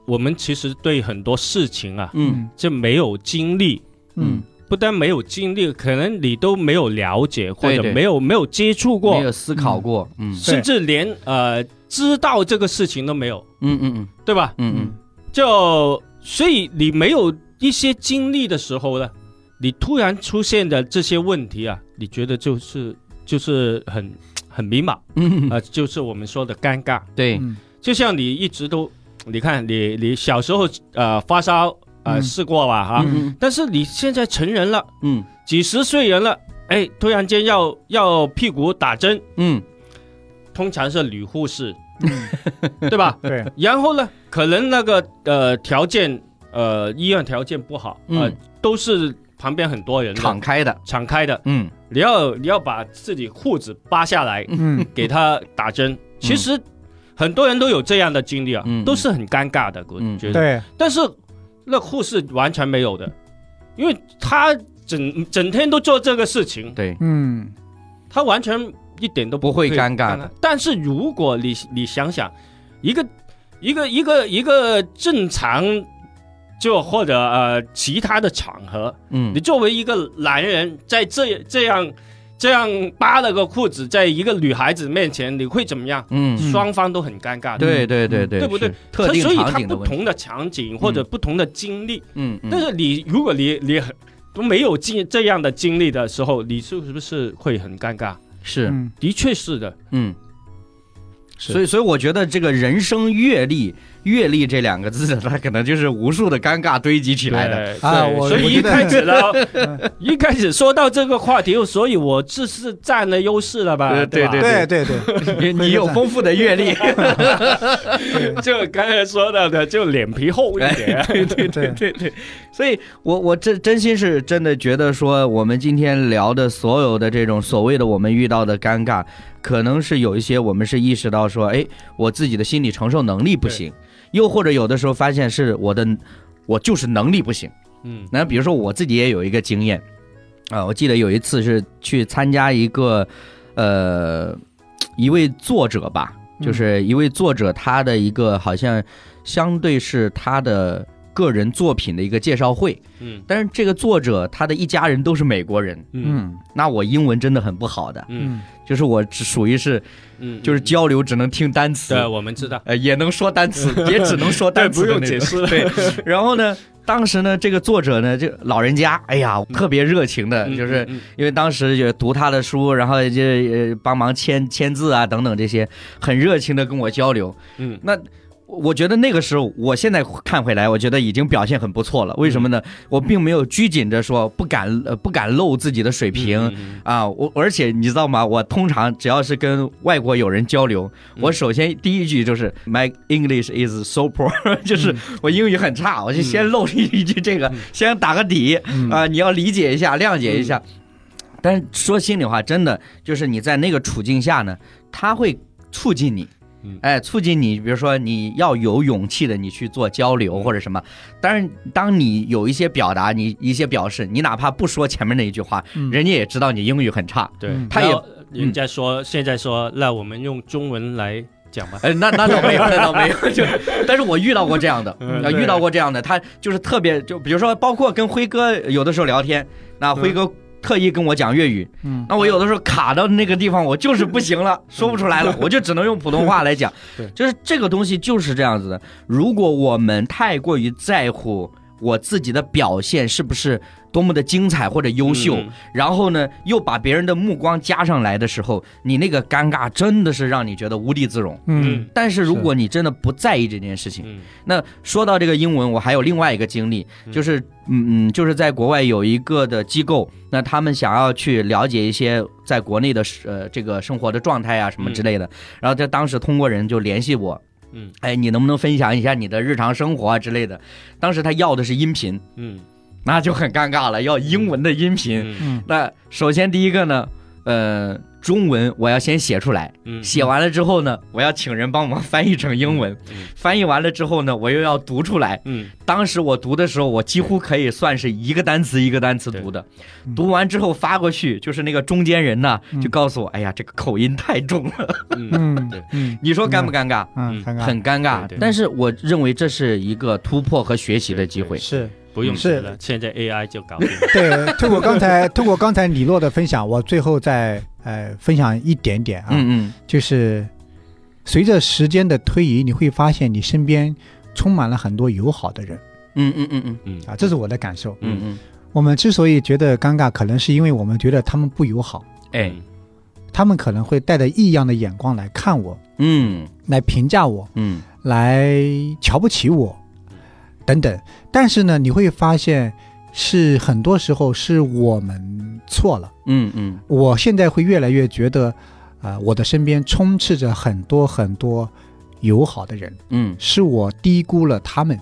S3: 我们其实对很多事情啊，
S1: 嗯
S3: 这没有经历，
S1: 嗯
S2: 嗯，
S3: 不但没有经历，可能你都没有了解或者
S1: 对对
S3: 没有没有接触
S1: 没
S3: 过，
S1: 有思考过，嗯
S3: 甚至连呃知道这个事情都没有，
S1: 嗯嗯嗯
S3: 对吧？
S1: 嗯嗯，
S3: 就所以你没有一些经历的时候呢，你突然出现的这些问题啊，你觉得就是就是很很迷茫啊、
S1: 嗯，
S3: 呃就是我们说的尴尬。
S1: 对，
S2: 嗯
S3: 就像你一直都，你看你你小时候呃发烧呃
S2: 嗯
S3: 试过吧哈，
S1: 嗯
S3: 但是你现在成人了，
S1: 嗯
S3: 几十岁人了，哎，突然间要要屁股打针，
S1: 嗯
S3: 通常是女护士，
S2: 嗯？
S3: 对吧 <laughs>
S2: 对，
S3: 然后呢，可能那个呃条件呃医院条件不好，呃、
S1: 嗯
S3: 都是旁边很多人的
S1: 敞开的，
S3: 敞开的，
S1: 嗯
S3: 你要你要把自己裤子扒下来
S2: 嗯
S3: 给他打针，其实。很多人都有这样的经历啊，
S1: 嗯
S3: 都是很尴尬的，我
S1: 嗯
S3: 觉得。
S2: <laughs> 对，
S3: 但是那护士完全没有的，因为他整整天都做这个事情，
S1: 对，
S2: 嗯
S3: 他完全一点都
S1: 不会尴尬的
S3: 的。但是如果你你想想，一个一个一个一个正常。就或者呃其他的场合，
S1: 嗯
S3: 你作为一个男人，在这这样这样扒了个裤子，在一个女孩子面前，你会怎么样？
S1: 嗯
S3: 双方都很尴尬的，
S1: 对对对对，
S3: 对不对
S1: 是？
S3: 他
S1: 特定
S3: 所以
S1: 场
S3: 他
S1: 景的
S3: 不
S1: 问题，
S3: 同的场景或者不同的经历，
S1: 嗯嗯，
S3: 但是你如果你你很都没有经这样的经历的时候，你是不是会很尴尬？
S1: 是
S2: 嗯
S3: 的确是的，
S1: 嗯。
S2: 是
S1: 所以，所以我觉得这个人生阅历“阅历”这两个字，它可能就是无数的尴尬堆积起来的。
S3: 对
S2: 啊
S3: 对
S2: 我
S3: 所
S2: 我
S3: 以
S2: 觉
S3: 一
S2: 得
S3: 开始呢
S1: <laughs>
S3: <laughs>
S2: 嗯，
S3: 一开始说到这个话题，所以我这是占了优势了吧？
S1: 对
S3: 对吧
S1: 对
S2: 对对对
S1: <laughs> 你你有丰富的阅历，
S2: 对
S3: 就刚才说到的，就脸皮厚一点。
S1: 哎
S2: 对对，
S1: <laughs> 对对，所以我我真真心是真的觉得说，我们今天聊的所有的这种所谓的我们遇到的尴尬，可能是有一些我们是意识到说，哎，我自己的心理承受能力不行，又或者有的时候发现是我的，我就是能力不行。
S3: <laughs> 嗯
S1: 那比如说我自己也有一个经验，啊，我记得有一次是去参加一个，呃，一位作者吧，就是一位作者他的一个好像相对是他的个人作品的一个介绍会，
S3: 嗯
S1: 但是这个作者他的一家人都是美国人，
S3: 嗯
S2: 嗯
S1: 那我英文真的很不好的，
S3: 嗯
S2: 嗯
S1: 就是我只属于是
S3: 嗯
S1: 就是交流只能听单词，
S3: 对，我们知道，
S1: 呃，也能说单
S3: <laughs>
S1: 词，也只能说
S3: 对，
S1: 单词
S3: 不
S1: 的
S3: 用
S1: 那
S3: 解
S1: 种。
S3: 释了。
S1: 对，然后呢，当时呢，这个作者呢，这老人家，哎呀，特别热情的，
S3: <laughs> 嗯
S1: 就是
S3: 嗯
S1: 因为当时也读他的书，然后就呃帮忙签签字啊等等这些，很热情的跟我交流。
S3: 嗯
S1: 那我觉得那个时候，我现在看回来，我觉得已经表现很不错了。为什么呢？我并没有拘谨着说不敢呃不敢露自己的水平。
S3: 嗯嗯
S1: 啊，我而且你知道吗？我通常只要是跟外国友人交流，
S3: 嗯
S1: 我首先第一句就是 My English is so poor，就是 <laughs> 我英语很差，我就先露一句这个，
S3: 嗯
S1: <laughs> 先打个底
S2: 嗯
S1: 啊、你要理解一下，谅解一下。但是说心里话，真的就是你在那个处境下呢，它会促进你，
S3: 嗯
S1: 哎，促进你，比如说你要有勇气的，你去做交
S3: 嗯
S1: 流或者什么。但是当你有一些表达，你一些表示，你哪怕不说前面那一句话，
S2: 嗯
S1: 人家也知道你英语很差。
S3: 对
S2: 嗯，
S1: 他也
S3: 然后人家说现在说，那我们用中文来讲 <laughs> 吧。
S1: 哎，那那倒没有，那倒没有， <laughs> 就，但是我遇到过这样的，
S3: 嗯
S1: 呃
S3: 对
S1: 遇到过这样的，他就是特别，就比如说，包括跟辉哥有的时候聊天，那
S3: 嗯
S1: 辉哥特意跟我讲粤语，
S2: 嗯
S1: 那我有的时候卡到那个地方，我就是不行了，说不出来了，我就只能用普通话来讲
S3: 对，
S1: 就是这个东西就是这样子的。如果我们太过于在乎我自己的表现是不是多么的精彩或者优秀，
S3: 嗯
S1: 然后呢又把别人的目光加上来的时候，你那个尴尬真的是让你觉得无地自容。
S2: 嗯
S3: 嗯
S1: 但是如果你真的不在意这件事情，
S3: 嗯
S1: 那说到这个英文，我还有另外一个经历，
S3: 嗯
S1: 就是嗯嗯，就是在国外有一个的机构，那他们想要去了解一些在国内的呃这个生活的状态啊什么之类的，然后他当时通过人就联系我，
S3: 嗯
S1: 哎，你能不能分享一下你的日常生活啊之类的？当时他要的是音频，
S3: 嗯
S1: 那就很尴尬了，要英文的音频。
S3: 嗯
S2: 嗯
S1: 那首先第一个呢，呃，中文我要先写出来。
S3: 嗯，
S1: 写完了之后呢，我要请人帮忙翻译成英文。
S3: 嗯
S1: 翻译完了之后呢，我又要读出来。
S3: 嗯
S1: 当时我读的时候，我几乎可以算是一个单词一个单词读的
S2: 对。嗯
S1: 读完之后发过去，就是那个中间人呢，
S2: 嗯
S1: 就告诉我：“哎呀，这个口音太重
S3: <laughs>
S1: 了。
S3: 嗯
S2: 嗯
S3: 对
S2: 嗯”
S1: 你说尴不尴尬？
S2: 嗯，看看
S1: 很尴尬
S3: 对对。
S1: 但是我认为这是一个突破和学习的机会。
S2: 是。
S3: 不用
S2: 是
S3: 学了，现在 AI 就搞定 <laughs> 了。
S2: 对，通过刚才通过刚才李洛的分享，我最后再呃分享一点点啊，
S1: 嗯
S2: 就是随着时间的推移，你会发现你身边充满了很多友好的人
S1: 嗯嗯嗯嗯
S3: 嗯
S2: 啊，这是我的感受。
S1: 嗯嗯
S2: 我们之所以觉得尴尬，可能是因为我们觉得他们不友好，
S1: 嗯，哎，
S2: 他们可能会带着异样的眼光来看我，
S1: 嗯
S2: 来评价我，
S1: 嗯
S2: 来瞧不起我，等等。但是呢，你会发现是很多时候是我们错了。
S1: 嗯嗯
S2: 我现在会越来越觉得，啊、我的身边充斥着很多很多友好的人，
S1: 嗯，
S2: 是我低估了他们。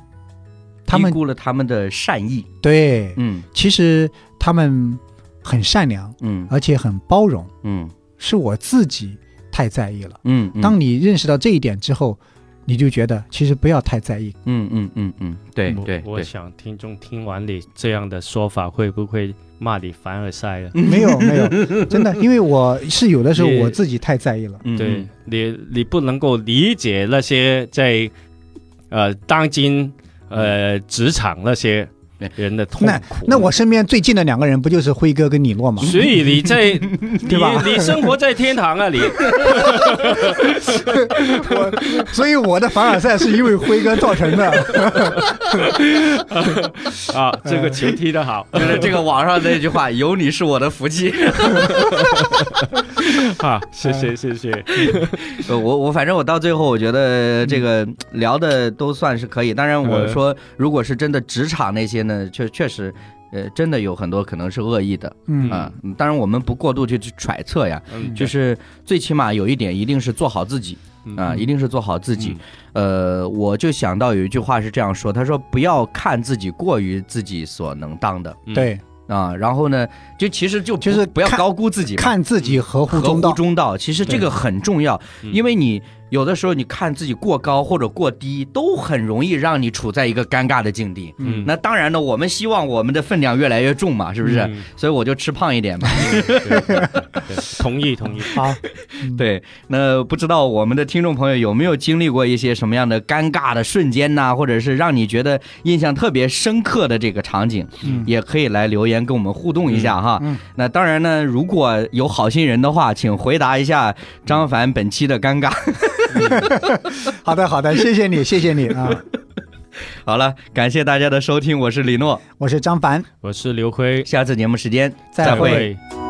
S2: 他
S1: 低
S2: 们
S1: 估了他们的善意。
S2: 对，
S1: 嗯
S2: 其实他们很善良，
S1: 嗯
S2: 而且很包容，
S1: 嗯
S2: 是我自己太在意了。
S1: 嗯，嗯
S2: 当你认识到这一点之后，你就觉得其实不要太在意。
S1: 嗯嗯嗯嗯，对
S3: 我
S1: 对
S3: 我
S1: 对，
S3: 想听众听完你这样的说法，会不会骂你凡尔赛啊了？
S2: 没有没有，真的，因为我是有的时候
S3: 你
S2: 我自己太在意了。
S1: 嗯
S3: 对你，你不能够理解那些在呃当今呃职场那些人的痛苦。
S2: 那我身边最近的两个人不就是辉哥跟李洛吗？
S3: 所以你在你
S2: 对吧
S3: 你生活在天堂啊！你
S2: 我， <laughs> 所以我的凡尔赛是因为辉哥造成的。
S3: 啊，这个球踢得好。
S1: <laughs> 就是这个网上那句话，有你是我的福气。
S3: <laughs>
S1: <laughs>
S3: 啊，谢谢谢谢，
S1: 呃我我反正我到最后，我觉得这个聊的都算是可以。当然，我
S3: 嗯
S1: 说如果是真的职场那些呢，确确实。呃，真的有很多可能是恶意的
S2: 嗯
S1: 啊、当然我们不过度去去揣测呀，
S3: 嗯
S1: 就是是最起码有一点，一定是做好自己
S3: 嗯
S1: 啊、一定是做好自
S3: 自
S1: 己。呃，我就想到有一句话是这样说，他说不要看自己过于自己所能当的，
S2: 对，
S1: 啊，然后呢，就其实就不
S2: 就是
S1: 不要
S2: 看
S1: 高估自己嘛，
S2: 看自己合乎
S1: 合
S2: 中
S1: 乎
S2: 道。
S1: 中道，其实这个很重要，因为你有的时候你看自己过高或者过低，都很容易让你处在一个尴尬的境地。
S3: 嗯
S1: 那当然呢，我们希望我们的分量越来越重嘛，是
S3: 是
S1: 不是？？所以我就吃胖一点嘛。
S3: 嗯对对对同意同意。
S2: 好，
S1: 对，那不知道我们的听众朋友有没有经历过一些什么样的尴尬的瞬间呐、或者是让你觉得印象特别深刻的这个场景？
S2: 嗯，
S1: 也可以来留言跟我们互动一下哈。
S2: 嗯嗯
S1: 那当然呢，如果有好心人的话，请回答一下张凡本期的尴尬。 <laughs>
S2: 好的好的，谢谢你，谢谢你啊！
S1: 好了，感谢大家的收听，我是李诺，
S2: 我是张凡，
S3: 我是刘辉，
S1: 下次节目时间
S2: 再
S1: 再
S2: 会
S1: 会。
S3: 对。